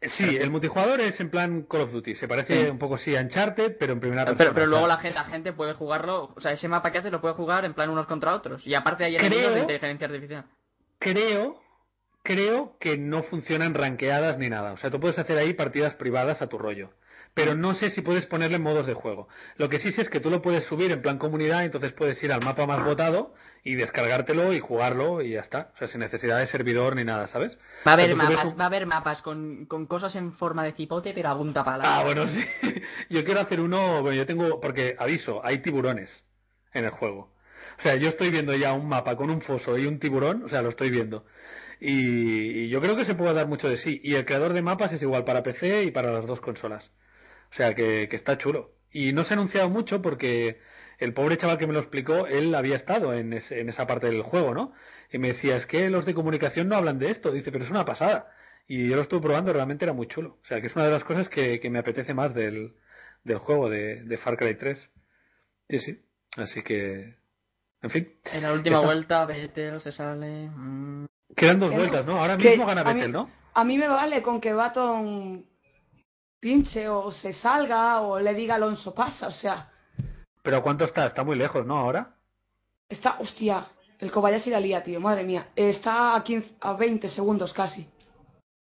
Sí, el multijugador es en plan Call of Duty. Se parece
Sí.
un poco sí a Uncharted, pero en primera persona.
Pero, pero luego
o sea.
la gente, la gente puede jugarlo, o sea, ese mapa que haces lo puede jugar en plan unos contra otros. Y aparte hay enemigos
Creo-
de inteligencia artificial.
creo creo que no funcionan ranqueadas ni nada. O sea, tú puedes hacer ahí partidas privadas a tu rollo. Pero no sé si puedes ponerle modos de juego. Lo que sí sé es que tú lo puedes subir en plan comunidad, entonces puedes ir al mapa
Ah.
más votado y descargártelo y jugarlo y ya está. O sea, sin necesidad de servidor ni nada, ¿sabes?
Va a
O sea,
haber
tú subes
mapas,
un-
va a haber mapas con, con cosas en forma de cipote, pero a punta pala.
Ah, bueno, sí. Yo quiero hacer uno, bueno, yo tengo, porque aviso, hay tiburones en el juego. O sea, yo estoy viendo ya un mapa con un foso y un tiburón, o sea, lo estoy viendo. Y, y yo creo que se puede dar mucho de sí. Y el creador de mapas es igual para PC y para las dos consolas. O sea, que, que está chulo. Y no se ha anunciado mucho porque el pobre chaval que me lo explicó, él había estado en, ese- en esa parte del juego, ¿no? Y me decía, es que los de comunicación no hablan de esto. Dice, pero es una pasada. Y yo lo estuve probando, realmente era muy chulo. O sea, que es una de las cosas que, que me apetece más del, del juego de, de Far Cry 3. Sí, sí. Así que, en fin.
En la última
Esa-
vuelta, Vettel se sale. mm.
Quedan dos
Que no,
vueltas, ¿no? Ahora
que
mismo gana
a mí-
Vettel, ¿no?
A mí me vale con que Baton pinche o se salga o le diga Alonso pasa, o sea,
Pero ¿a ¿cuánto está? Está muy lejos, ¿no? Ahora.
está, hostia, el Kobayashi la lía, tío, madre mía, está a 15, a 20 segundos casi.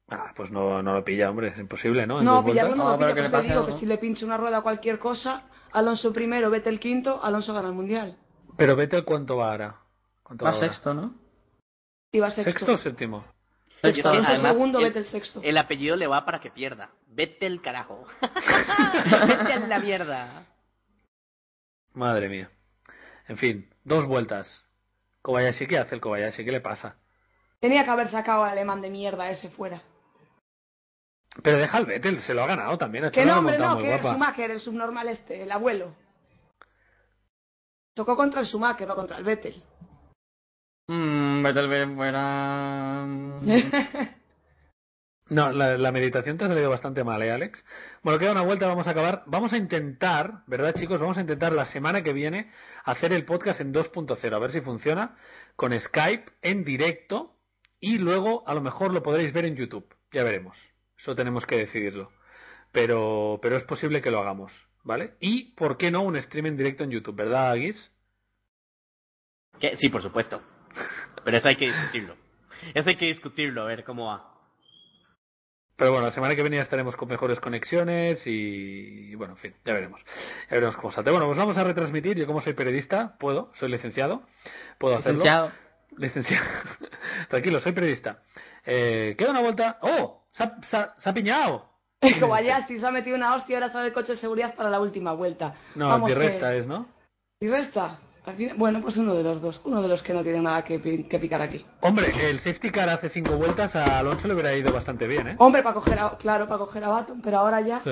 Ah, pues no, no lo pilla, hombre. Es imposible,
Ah,
¿no? En
No,
dos
pillarlo
vueltas.
no,
No,
lo
pero
pilla,
que le
pues te
pase
digo
algo.
que si le pinche una rueda a cualquier cosa, Alonso primero, vete el quinto, Alonso gana el mundial.
Pero Vettel, ¿cuánto va ahora? ¿Cuánto
Va
ahora?
sexto, ¿no?
Y va sexto.
¿Sexto? o séptimo?
Sexto.
Yo-
Alonso
Además,
segundo,
el-
vete el sexto.
El apellido le va para que pierda. Vete el carajo. Vete a la mierda.
Madre mía. En fin, dos vueltas. Kobayashi, ¿qué hace el Kobayashi? ¿Qué le pasa?
Tenía que haber sacado al alemán de mierda ese fuera.
Pero deja al Vettel, se lo ha ganado también. Ha hecho
Que no,
una
hombre,
remontada
no,
muy
que era
guapa.
Schumacher, el subnormal este, el abuelo. Tocó contra el Schumacher, no contra el Vettel.
Mm, Vettel ve fuera. mm,
No, la, la meditación te ha salido bastante mal, ¿eh, Alex? Bueno, queda una vuelta, vamos a acabar. Vamos a intentar, ¿verdad, chicos? Vamos a intentar la semana que viene hacer el podcast en 2.0, a ver si funciona, con Skype en directo y luego a lo mejor lo podréis ver en YouTube. Ya veremos. Eso tenemos que decidirlo. Pero, pero es posible que lo hagamos, ¿vale? Y, ¿por qué no un stream en directo en YouTube, ¿verdad, Guis?
¿Qué? Sí, por supuesto. Pero eso hay que discutirlo. Eso hay que discutirlo, a ver cómo va.
Pero bueno, la semana que viene ya estaremos con mejores conexiones y, y bueno, en fin, ya veremos. Ya veremos cómo salte. Bueno, pues vamos a retransmitir. Yo como soy periodista, puedo, soy licenciado, puedo hacerlo.
Licenciado.
Licenciado. Tranquilo, soy periodista. Eh, queda una vuelta. ¡Oh! ¡Se ha, se ha- se ha piñado!
El Kobayashi se ha metido una hostia, ahora sale el coche de seguridad para la última vuelta.
No,
Vamos,
de resta eh.
que-
es, ¿no?
¿Y resta? Al final- Bueno, pues uno de los dos, uno de los que no tiene nada que, pi- que picar aquí.
Hombre, el safety car hace cinco vueltas a Alonso le hubiera ido bastante bien, ¿eh?
Hombre, para coger a, claro, para coger a Baton, pero ahora ya
Sí.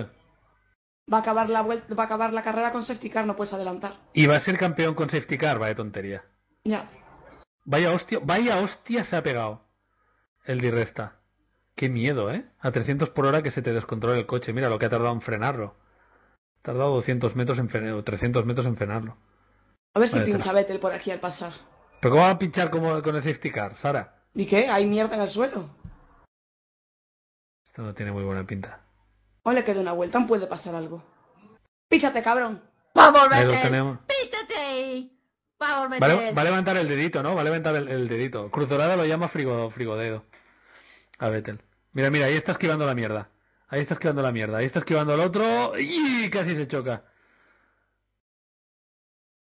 va a acabar la vuelta, va a acabar la carrera con safety car, no puedes adelantar.
Y va a ser campeón con safety car, vaya tontería.
Ya.
Vaya hostia, vaya hostia se ha pegado el Diresta. Qué miedo, ¿eh? A 300 por hora que se te descontrola el coche. Mira lo que ha tardado en frenarlo. Ha tardado 200 metros en frenarlo, o 300 metros en frenarlo.
A ver si
Vale,
pincha Vettel por aquí al pasar.
¿Pero cómo va a pinchar como con el safety car, Sara?
¿Y qué? Hay mierda en el suelo.
Esto no tiene muy buena pinta.
O le queda una vuelta, aún puede pasar algo. Píchate, cabrón.
Vamos,
Ahí lo
Vettel.
tenemos.
Pítate. Vamos,
Vale,
Vettel.
va a levantar el dedito, ¿no? Va a levantar el, el dedito. Cruz Dorada lo llama frigo, frigodedo. A Vettel. Mira, mira, ahí está esquivando la mierda. Ahí está esquivando la mierda. Ahí está esquivando al otro. ¡Y! Casi se choca.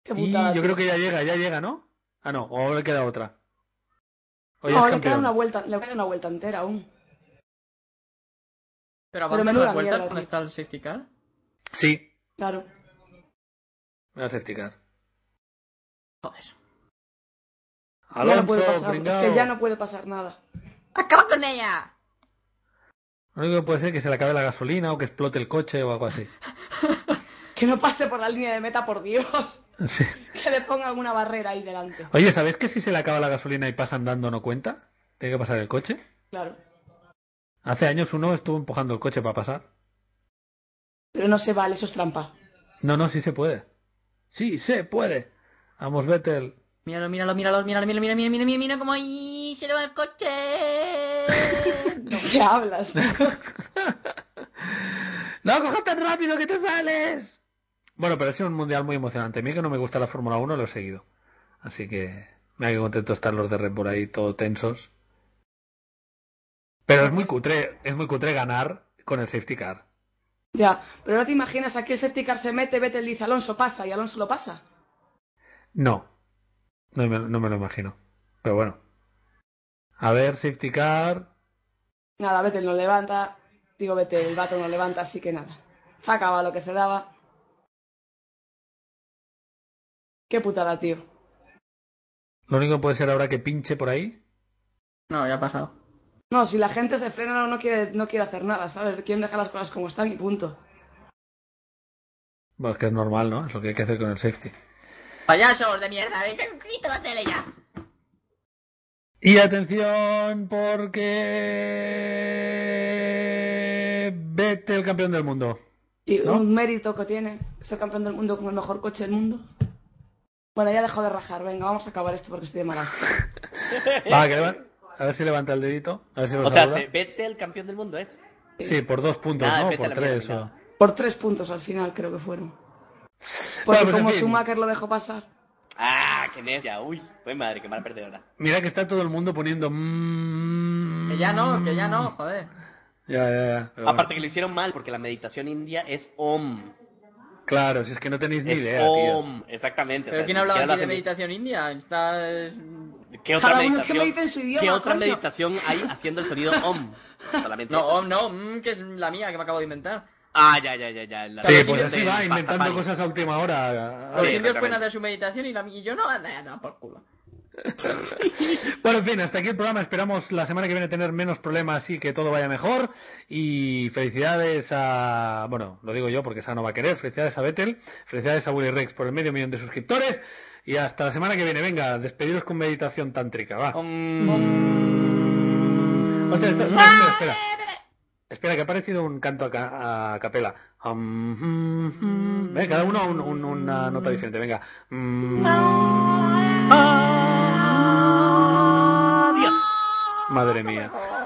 Qué
Y
putada.
yo
tío.
creo que ya llega, ya llega, ¿no? Ah, no, o le queda otra. O ya es
no, le queda
campeón.
una vuelta, le queda una vuelta entera aún.
Pero
Pero
avanza
menuda
las vueltas
mierda,
cuando
tío.
está el safety car.
Sí,
Claro.
me va a safety car.
Joder.
ya no
Alonso,
puede pasar,
pringao.
es que ya no puede pasar nada.
Acaba con ella.
Lo único que puede ser que se le acabe la gasolina o que explote el coche o algo así.
Que no pase por la línea de meta, por Dios.
Sí.
Que le ponga alguna barrera ahí delante.
Oye, ¿sabéis que si se le acaba la gasolina y pasa andando no cuenta? ¿Tiene que pasar el coche?
Claro.
Hace años uno estuvo empujando el coche para pasar.
Pero no se vale, eso es trampa.
No, no, sí se puede. Sí, se puede. Vamos, Vettel.
Míralo, míralo, míralo, míralo, mira, mira, mira, mira, mira, mira cómo ahí se le va el coche.
¿De qué hablas?
¡No cojas tan rápido que te sales! Bueno, pero ha sido un mundial muy emocionante. A mí que no me gusta la Fórmula 1 lo he seguido. Así que me ha que contento estar los de Red Bull ahí todos tensos. Pero es muy cutre, es muy cutre ganar con el safety car.
ya, pero ahora te imaginas aquí el safety car se mete, Vettel dice Alonso pasa y Alonso lo pasa.
No. No me, no me lo imagino. Pero bueno. A ver, safety car.
Nada, Vettel no levanta. Digo, Vettel, el vato no levanta, así que nada. Se acaba lo que se daba. Qué putada, tío.
Lo único que puede ser ahora que pinche por ahí.
No, ya ha pasado.
No, si la gente se frena no, no quiere no quiere hacer nada, ¿sabes? Quieren dejar las cosas como están y punto.
Bueno, es que es normal, ¿no? Es lo que hay que hacer con el safety.
Payasos de mierda, ¿eh?
Grito la tele ya.
Y atención porque... Vete el campeón del mundo.
Y
¿No?
un mérito que tiene ser campeón del mundo con el mejor coche del mundo. Bueno, ya dejo de rajar, venga, vamos a acabar esto porque estoy de malas.
Va, que leva- A ver si levanta el dedito. A ver si lo
O sea,
saluda.
se- vete el campeón del mundo, es.
Sí, por dos puntos,
Nada,
¿no?
vete a
Por
la
tres.
mierda,
o-
Por tres puntos al final creo que fueron.
Bueno,
Porque
pues, en
como
fin.
Schumacher lo dejó pasar.
Ah, qué necia. Uy, pues madre, qué mala perdedora.
Mira que está todo el mundo poniendo... mm,
Que ya no, que ya no, joder.
Ya, ya, ya. Pero bueno.
Aparte que lo hicieron mal, porque la meditación india es om.
Claro, si es que no tenéis ni
es
idea, tío.
om, exactamente. o
¿Pero
sea,
quién
ni
ha hablado
siquiera
aquí
lo
de
hacen-
meditación india? Está... es-
¿Qué otra
Cada uno que
meditación?
medite en su idioma,
¿Qué otra
coño?
meditación hay haciendo el sonido om? Solamente
No,
esa.
oh, no, mm, que es la mía que me acabo de inventar.
Ah, ya, ya, ya, ya. la-
Sí,
Claro,
pues
sí,
así
del
va, inventando
Pastafari.
cosas a última hora.
Los
Sí,
indios pueden
exactamente.
hacer su meditación y, la, y yo no, anda, anda, por culo.
Bueno, en fin, hasta aquí el programa. Esperamos la semana que viene tener menos problemas y que todo vaya mejor. Y felicidades a. Bueno, lo digo yo porque esa no va a querer. Felicidades a Vettel. Felicidades a Willy Rex por el medio millón de suscriptores. Y hasta la semana que viene. Venga, despediros con meditación tántrica. Va. Hostia, espera, espera, espera, espera. Espera, que ha aparecido un canto a, ca- a capela. Um, mm, mm. Venga, cada uno un- un- una nota diferente. Venga. Mm. Madre mía.